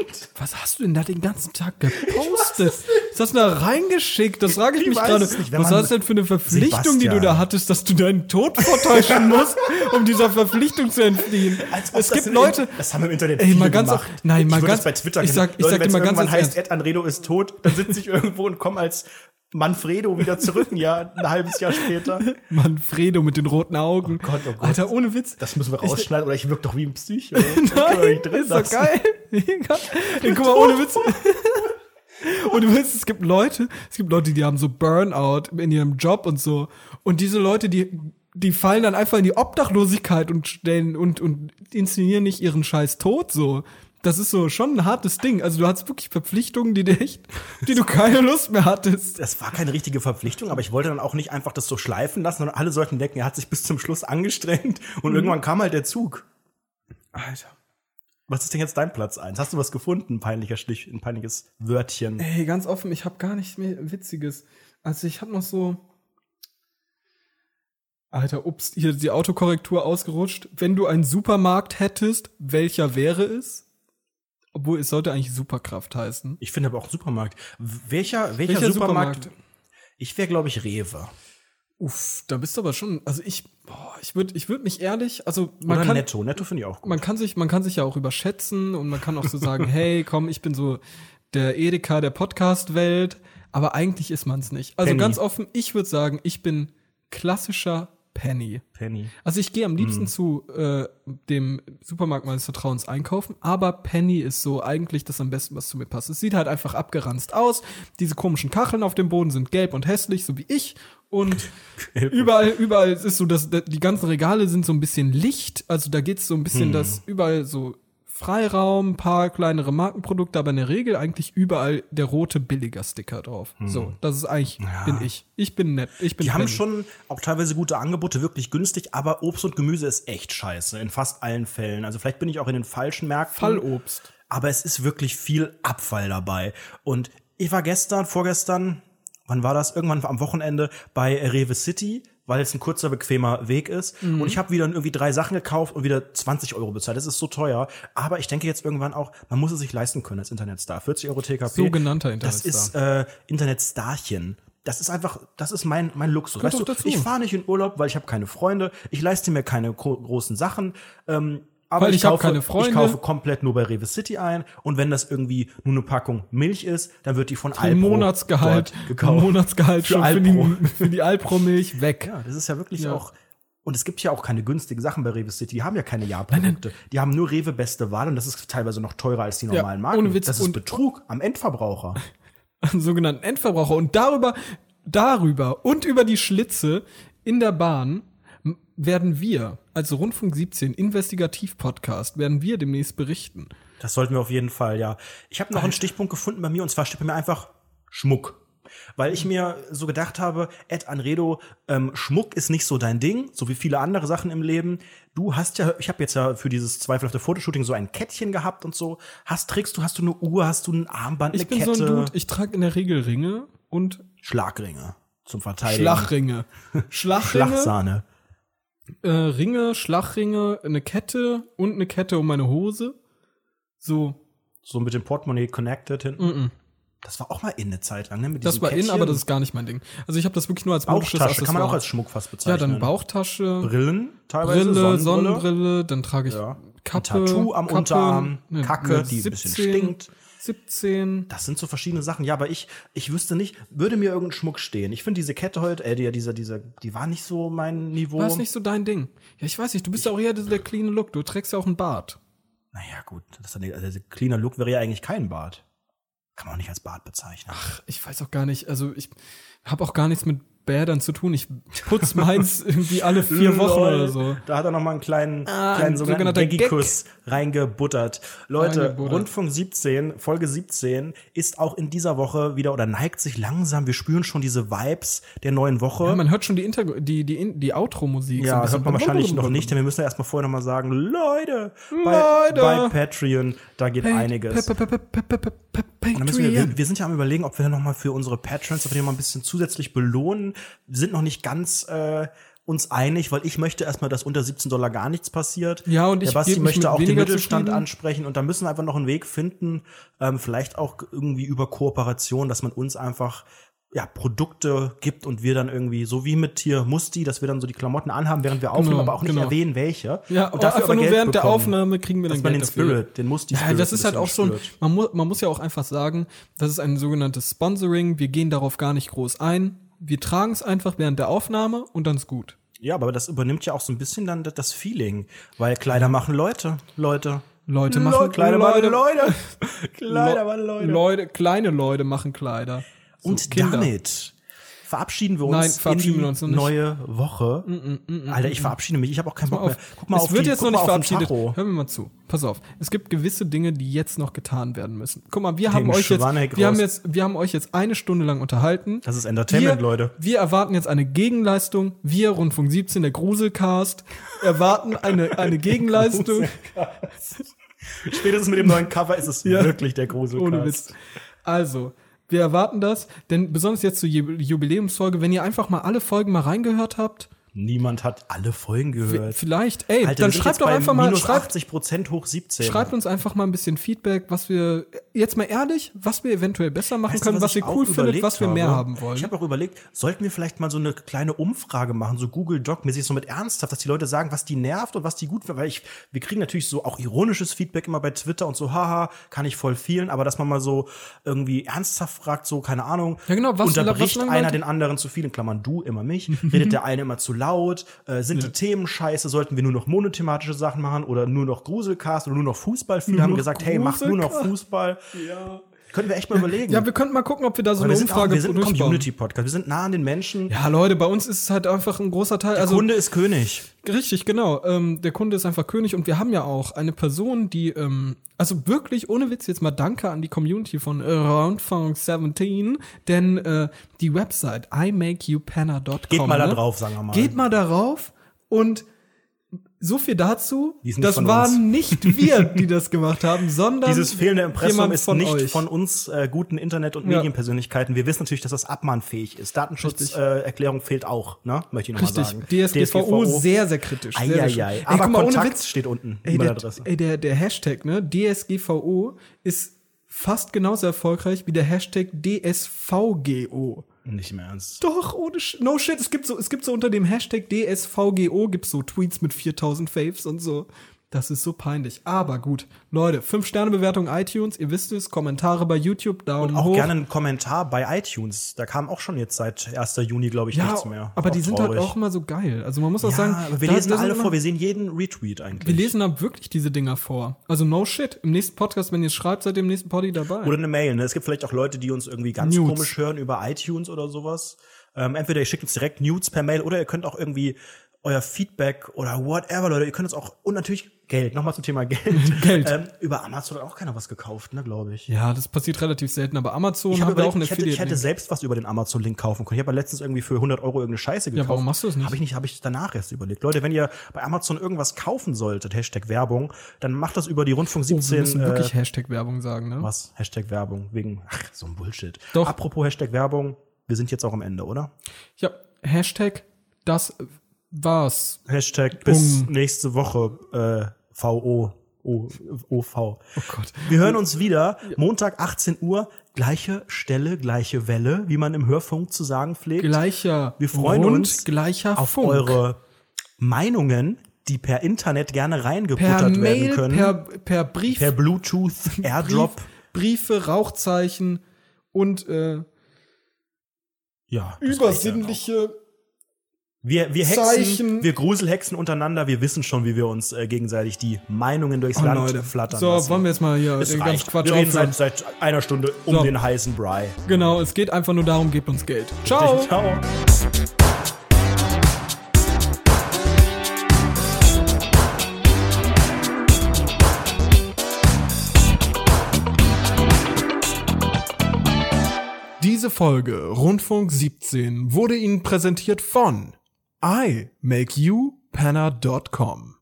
A: Was hast du denn da den ganzen Tag gepostet? Ist das da reingeschickt? Das frage ich,
B: ich
A: mich
B: weiß
A: gerade.
B: es nicht, wenn
A: Was
B: man-
A: hast du denn für eine Verpflichtung, die du
B: Sebastian.
A: da hattest, dass du deinen Tod vortäuschen musst, um dieser Verpflichtung zu entfliehen?
B: Als ob
A: Es
B: das
A: gibt
B: im-
A: Leute.
B: Das haben im Internet
A: Ey,
B: viele
A: mal ganz
B: gemacht.
A: auf- nein, mal
B: ich würde
A: ganz-
B: das bei Twitter
A: ich sag-
B: kennen.
A: ich
B: Leute,
A: sag dir
B: wenn's
A: mal ganz
B: irgendwann
A: ernst.
B: heißt, Ed Anredo ist tot, dann sitze ich irgendwo und komme als Manfredo wieder zurück, ein Jahr, ein halbes Jahr später.
A: Manfredo mit den roten Augen.
B: Oh Gott, oh Gott.
A: Alter, ohne Witz.
B: Das müssen wir rausschneiden, oder ich wirke doch wie ein Psycho.
A: Nein, ist doch geil. Mega. Ey, guck mal, ohne Witz. Ohne Witz, es gibt Leute, es gibt Leute, die haben so Burnout in ihrem Job und so. Und diese Leute, die, die fallen dann einfach in die Obdachlosigkeit und stellen und, und inszenieren nicht ihren scheiß Tod so. Das ist so schon ein hartes Ding. Also du hast wirklich Verpflichtungen, die dich, die du keine Lust mehr hattest.
B: Das war keine richtige Verpflichtung, aber ich wollte dann auch nicht einfach das so schleifen lassen, sondern alle sollten denken, er hat sich bis zum Schluss angestrengt und
A: Mhm.
B: irgendwann kam halt der Zug.
A: Alter.
B: Was ist denn jetzt dein Platz eins? Hast du was gefunden? Ein peinlicher Stich, ein peinliches Wörtchen.
A: Ey, ganz offen, ich habe gar nichts mehr Witziges. Also ich habe noch so. Alter, ups, hier ist die Autokorrektur ausgerutscht. Wenn du einen Supermarkt hättest, welcher wäre es? Obwohl, es sollte eigentlich Superkraft heißen.
B: Ich finde aber auch einen Supermarkt. Welcher, welcher,
A: Welcher
B: Supermarkt? Ich wäre, glaube ich, Rewe.
A: Uff, da bist du aber schon, also ich, boah, ich würde ich würd mich ehrlich, also man
B: Oder
A: kann,
B: netto. Netto finde ich auch gut.
A: man kann sich, man kann sich ja auch überschätzen und man kann auch so sagen, hey, komm, ich bin so der Edeka der Podcast-Welt, aber eigentlich ist man es nicht. Also
B: Penny.
A: ganz offen, ich würde sagen, ich bin klassischer Penny.
B: Penny.
A: Also ich gehe am liebsten
B: Mhm.
A: zu äh, dem Supermarkt meines Vertrauens einkaufen, aber Penny ist so eigentlich das am besten, was zu mir passt. Es sieht halt einfach abgeranzt aus. Diese komischen Kacheln auf dem Boden sind gelb und hässlich, so wie ich. Und überall, überall es ist so, dass dass die ganzen Regale sind so ein bisschen Licht. Also da geht's so ein
B: Mhm.
A: bisschen, dass überall so Freiraum, ein paar kleinere Markenprodukte, aber in der Regel eigentlich überall der rote billiger Sticker drauf. So, das ist eigentlich bin ich. Ich bin nett. Ich bin
B: Mhm. Die haben
A: Penny.
B: schon auch teilweise gute Angebote, wirklich günstig, aber Obst und Gemüse ist echt scheiße in fast allen Fällen. Also vielleicht bin ich auch in den falschen Märkten.
A: Fallobst.
B: aber es ist wirklich viel Abfall dabei. Und ich war gestern, vorgestern, wann war das? Irgendwann am Wochenende bei Rewe City, weil es ein kurzer, bequemer Weg ist.
A: Mhm.
B: Und ich habe wieder irgendwie drei Sachen gekauft und wieder 20 Euro bezahlt. Das ist so teuer. Aber ich denke jetzt irgendwann auch, man muss es sich leisten können als Internetstar. 40 Euro TKP.
A: Sogenannter Internetstar.
B: Das ist äh, Internetstarchen. Das ist einfach, das ist mein, mein Luxus. Weißt du,
A: auch dazu.
B: ich fahre nicht in Urlaub, weil ich habe keine Freunde. Ich leiste mir keine gro großen Sachen. Ähm, aber
A: Weil ich hab keine
B: Ich
A: Freunde.
B: kaufe komplett nur bei Rewe City ein. Und wenn das irgendwie nur eine Packung Milch ist, dann wird die von Alpro
A: Monatsgehalt,
B: dort gekauft.
A: Monatsgehalt
B: Für
A: schon für
B: Alpro.
A: die, für die Alpro-Milch weg.
B: Ja, das ist ja wirklich
A: Ja.
B: auch. Und es gibt ja auch keine günstigen Sachen bei Rewe City. Die haben ja keine Jahrprodukte. Die haben nur Rewe beste Wahl und das ist teilweise noch teurer als die normalen Marken.
A: ohne Witz.
B: Das ist
A: Und-
B: Betrug am Endverbraucher.
A: An sogenannten Endverbraucher. Und darüber, darüber und über die Schlitze in der Bahn m- werden wir als Rundfunk 17 Investigativ-Podcast werden wir demnächst berichten.
B: Das sollten wir auf jeden Fall, ja. Ich habe noch einen Stichpunkt gefunden bei mir und zwar steht bei mir einfach Schmuck. Weil ich mir so gedacht habe, Ed Anredo, ähm, Schmuck ist nicht so dein Ding, so wie viele andere Sachen im Leben. Du hast ja, ich habe jetzt ja für dieses zweifelhafte Fotoshooting so ein Kettchen gehabt und so. Hast trägst du, hast du eine Uhr, hast du ein Armband,
A: Ich
B: eine
A: bin
B: Kette,
A: so ein Dude, ich trage in der Regel Ringe und
B: Schlagringe zum Verteidigen.
A: Schlachringe. Schlachringe,
B: Schlachsahne.
A: äh, Ringe, Schlachringe, eine Kette und eine Kette um meine Hose. So,
B: So mit dem Portemonnaie connected hinten.
A: mm -mm.
B: Das war auch mal in eine Zeit lang, ne? Mit
A: das
B: diesem
A: war in,
B: Kettchen.
A: aber das ist gar nicht mein Ding. Also ich habe das wirklich nur als modisches
B: Bauchtasche, kann man auch
A: Accessoire.
B: als Schmuck fast
A: Ja,
B: bezeichnen.
A: dann Bauchtasche,
B: Brillen teilweise,
A: Brille, Sonnenbrille,
B: Sonnenbrille.
A: dann trage ich
B: Ja.
A: Kappe,
B: Ein Tattoo am
A: Kappe,
B: Unterarm,
A: ne,
B: Kacke,
A: ne,
B: die ein bisschen stinkt.
A: 17.
B: Das sind so verschiedene Sachen. Ja, aber ich, ich wüsste nicht, würde mir irgendein Schmuck stehen. Ich finde diese Kette heute, äh, die, diese, diese, die war nicht so mein Niveau.
A: War es nicht so dein Ding? Ja, ich weiß nicht, du bist ja auch eher der, der clean Look, du trägst ja auch einen Bart.
B: Naja, gut. Das ist, also, dieser cleaner Look wäre ja eigentlich kein Bart. Kann man auch nicht als Bart bezeichnen. Ach,
A: Ich weiß auch gar nicht, also ich habe auch gar nichts mit Bädern zu tun. Ich putz meins irgendwie alle vier Wochen oder so.
B: Da hat er noch mal einen kleinen,
A: Ah,
B: kleinen
A: ein
B: sogenannten
A: sogenannter
B: Geggy-Kuss reingebuttert. Leute,
A: Reingebuttert.
B: Rundfunk 17, Folge 17 ist auch in dieser Woche wieder oder neigt sich langsam. Wir spüren schon diese Vibes der neuen Woche.
A: Ja, man hört schon die, Intergr- die, die, die Outro-Musik. so ein
B: Ja, das
A: bisschen.
B: hört man wahrscheinlich noch nicht, denn wir müssen ja erstmal vorher nochmal sagen, Leute,
A: Leute!
B: Bei, bei Patreon, da geht einiges.
A: Pe- pe- pe- pe- pe- pe- pe-
B: Und dann müssen wir,
A: Patreon.
B: wir, wir sind ja am überlegen, ob wir nochmal für unsere Patrons, ob wir die nochmal ein bisschen zusätzlich belohnen. Wir sind noch nicht ganz äh, uns einig, weil ich möchte erstmal, dass unter 17 Dollar gar nichts passiert.
A: Ja, und
B: Der
A: ich
B: Basti
A: geb mich mit
B: möchte auch den
A: weniger
B: Mittelstand
A: zufrieden.
B: ansprechen und da müssen wir einfach noch einen Weg finden, ähm, vielleicht auch irgendwie über Kooperation, dass man uns einfach ja, Produkte gibt und wir dann irgendwie, so wie mit hier Musti, dass wir dann so die Klamotten anhaben, während wir aufnehmen,
A: Genau,
B: aber auch nicht
A: genau.
B: erwähnen, welche.
A: Ja,
B: und dafür
A: einfach
B: aber
A: nur
B: Geld
A: während der
B: bekommen,
A: Aufnahme kriegen wir dann
B: Dass man den
A: Geld dafür.
B: Spirit, den Musti-Spirit.
A: Ja, das ist
B: ein
A: halt auch
B: bisschen
A: schon,
B: spürt.
A: man, mu man muss ja auch einfach sagen, das ist ein sogenanntes Sponsoring, wir gehen darauf gar nicht groß ein, wir tragen es einfach während der Aufnahme und dann ist gut.
B: Ja, aber das übernimmt ja auch so ein bisschen dann das- das Feeling, weil Kleider machen Leute, Leute.
A: Leute machen
B: Leute, Kleider
A: Leute-
B: machen Leute.
A: Lo-
B: Kleider machen Leute.
A: Leute. Kleine Leute machen Kleider. So
B: Und damit verabschieden wir uns
A: Nein, verabschieden
B: in die
A: wir uns noch nicht. Mm,
B: neue Woche. Alter, ich verabschiede mich. Ich habe auch keinen Bock
A: Auf,
B: mehr. Guck mal
A: es
B: auf
A: wird
B: die,
A: jetzt
B: guck
A: noch nicht
B: mal auf den
A: verabschiedet.
B: Tacho.
A: Hör mir mal zu. Pass auf. Es gibt gewisse Dinge, die jetzt noch getan werden müssen. Guck mal, wir haben euch jetzt,
B: Schwaneck
A: wir haben
B: raus.
A: jetzt, wir haben euch jetzt eine Stunde lang unterhalten.
B: Das ist Entertainment,
A: wir,
B: Leute.
A: Wir erwarten jetzt eine Gegenleistung. Wir, Rundfunk 17, der Gruselcast, erwarten eine, eine Gegenleistung.
B: Spätestens mit dem neuen Cover ist es wirklich der Gruselcast.
A: Ohne Witz. Also, wir erwarten das, denn besonders jetzt zur Ju- Jubiläumsfolge, wenn ihr einfach mal alle Folgen mal reingehört habt,
B: Niemand hat alle Folgen gehört.
A: Vielleicht, ey,
B: Alter,
A: dann
B: wir sind
A: schreibt
B: jetzt
A: doch
B: bei
A: einfach mal,
B: minus
A: schreibt,
B: 80 Prozent hoch 17.
A: schreibt uns einfach mal ein bisschen Feedback, was wir, jetzt mal ehrlich, was wir eventuell besser machen
B: Weißt du,
A: können, was,
B: ich
A: ihr
B: auch
A: cool findet,
B: überlegt
A: was wir mehr
B: habe?
A: haben wollen.
B: Ich habe auch überlegt, sollten wir vielleicht mal so eine kleine Umfrage machen, so Google Doc-mäßig, so mit ernsthaft, dass die Leute sagen, was die nervt und was die gut finden. Weil ich, wir kriegen natürlich so auch ironisches Feedback immer bei Twitter und so, haha, kann ich voll vielen, aber dass man mal so irgendwie ernsthaft fragt, so, keine Ahnung,
A: Ja, genau, was- was
B: unterbricht
A: langweilt-
B: einer den anderen zu viel, in Klammern du, immer mich, redet der eine immer zu laut, äh, sind die Themen scheiße, sollten wir nur noch monothematische Sachen machen oder nur noch Gruselcast oder nur noch Fußball? Viele haben
A: noch
B: gesagt, hey, macht nur noch Fußball. Können wir echt mal überlegen.
A: ja, wir könnten mal gucken, ob wir da so
B: Aber
A: eine
B: wir sind, auch,
A: Umfrage
B: wir sind ein
A: durchbauen.
B: Community-Podcast. Wir sind nah an den Menschen.
A: Ja, Leute, bei uns ist es halt einfach ein großer Teil. Also
B: Kunde ist König.
A: Richtig, genau. Ähm, der Kunde ist einfach König und wir haben ja auch eine Person, die, ähm, also wirklich ohne Witz jetzt mal Danke an die Community von Roundfunk17, denn äh, die Website imakeyoupanna.com.
B: Geht mal da drauf, sagen wir mal.
A: ne? Geht mal darauf und so viel dazu.
B: Die ist nicht
A: Das
B: von
A: waren
B: uns.
A: nicht wir, die das gemacht haben, sondern
B: Dieses fehlende Impressum
A: jemand
B: ist
A: von
B: nicht
A: euch.
B: von uns äh, guten Internet- und
A: Ja.
B: Medienpersönlichkeiten. Wir wissen natürlich, dass das abmahnfähig ist.
A: Richtig.
B: Datenschutzerklärung äh, Erklärung fehlt auch, ne? Möchte ich nochmal
A: Richtig,
B: sagen.
A: DSGVO, sehr, sehr kritisch. Sehr, sehr schlimm.
B: Eieiei.
A: Ey,
B: Aber
A: guck mal, ohne
B: Kontakt
A: Witz,
B: steht unten.
A: Ey, der,
B: E-Mail-Adresse.
A: ey der, der Hashtag, ne? DSGVO ist fast genauso erfolgreich wie der Hashtag DSVGO.
B: Nicht im Ernst.
A: Doch, ohne Sch No shit, es gibt so, es gibt so unter dem Hashtag DSVGO gibt's so Tweets mit 4000 Faves und so. Das ist so peinlich. Aber gut. Leute, 5-Sterne-Bewertung iTunes, ihr wisst es, Kommentare bei YouTube, Daumen
B: Auch
A: hoch.
B: gerne einen Kommentar bei iTunes. Da kam auch schon jetzt seit 1. Juni, glaube ich,
A: ja,
B: nichts mehr.
A: aber
B: Auch
A: die sind halt
B: traurig.
A: auch immer so geil. Also man muss auch
B: Ja,
A: sagen,
B: aber wir
A: da-
B: lesen
A: da sind
B: alle
A: immer-
B: vor. Wir sehen jeden Retweet eigentlich.
A: Wir lesen da wirklich diese Dinger vor. Also no shit. Im nächsten Podcast, wenn ihr es schreibt, seid ihr im nächsten Poddy dabei.
B: Oder eine Mail. Ne? Es gibt vielleicht auch Leute, die uns irgendwie ganz
A: Nudes.
B: komisch hören über iTunes oder sowas. Ähm, entweder ihr schickt uns direkt Nudes per Mail oder ihr könnt auch irgendwie euer Feedback oder whatever, Leute. Ihr könnt uns auch, und natürlich Geld, nochmal zum Thema Geld.
A: Geld.
B: Ähm, über Amazon hat auch keiner was gekauft, ne, glaube ich.
A: ja, das passiert relativ selten, aber Amazon
B: Ich,
A: haben
B: hab
A: wir
B: überlegt,
A: auch eine
B: ich hätte, ich hätte
A: Affiliate.
B: selbst was über den Amazon-Link kaufen können. Ich habe ja letztens irgendwie für 100 Euro irgendeine Scheiße gekauft.
A: warum machst du das nicht?
B: Habe ich nicht, habe ich danach erst überlegt. Leute, wenn ihr bei Amazon irgendwas kaufen solltet, Hashtag Werbung, dann macht das über die Rundfunk
A: Oh, wir
B: 17
A: müssen
B: äh,
A: wirklich Hashtag-Werbung sagen, ne?
B: Was? Hashtag Werbung. Wegen, ach, so ein Bullshit.
A: Doch.
B: Apropos Hashtag Werbung, wir sind jetzt auch am Ende, oder?
A: Ja, Hashtag, das war's.
B: Hashtag bis nächste Woche, äh, VO. O, OV.
A: Oh Gott.
B: Wir hören uns wieder, Montag 18 Uhr, gleiche Stelle, gleiche Welle, wie man im Hörfunk zu sagen pflegt.
A: Gleicher
B: Wir freuen
A: Rund,
B: uns
A: gleicher
B: auf
A: Funk.
B: eure Meinungen, die per Internet gerne
A: per
B: reingebuttert werden
A: Mail,
B: können.
A: per, per Brief,
B: per Bluetooth,
A: Brief,
B: Airdrop.
A: Briefe, Rauchzeichen und äh,
B: Ja, das reicht ja auch.
A: übersinnliche
B: Wir, wir Hexen,
A: Zeichen.
B: wir Gruselhexen untereinander, wir wissen schon, wie wir uns äh, gegenseitig die Meinungen durchs
A: Oh,
B: Land
A: Leute.
B: flattern
A: So,
B: lassen.
A: wollen wir jetzt mal hier
B: es
A: den ganzen
B: reicht.
A: Quatsch
B: wir reden
A: aufhören.
B: seit, seit einer Stunde um
A: So.
B: den heißen Brei.
A: Genau, es geht einfach nur darum, gebt uns Geld. Ciao!
B: Ciao.
A: Diese Folge Rundfunk 17 wurde Ihnen präsentiert von imakeyoupana.com.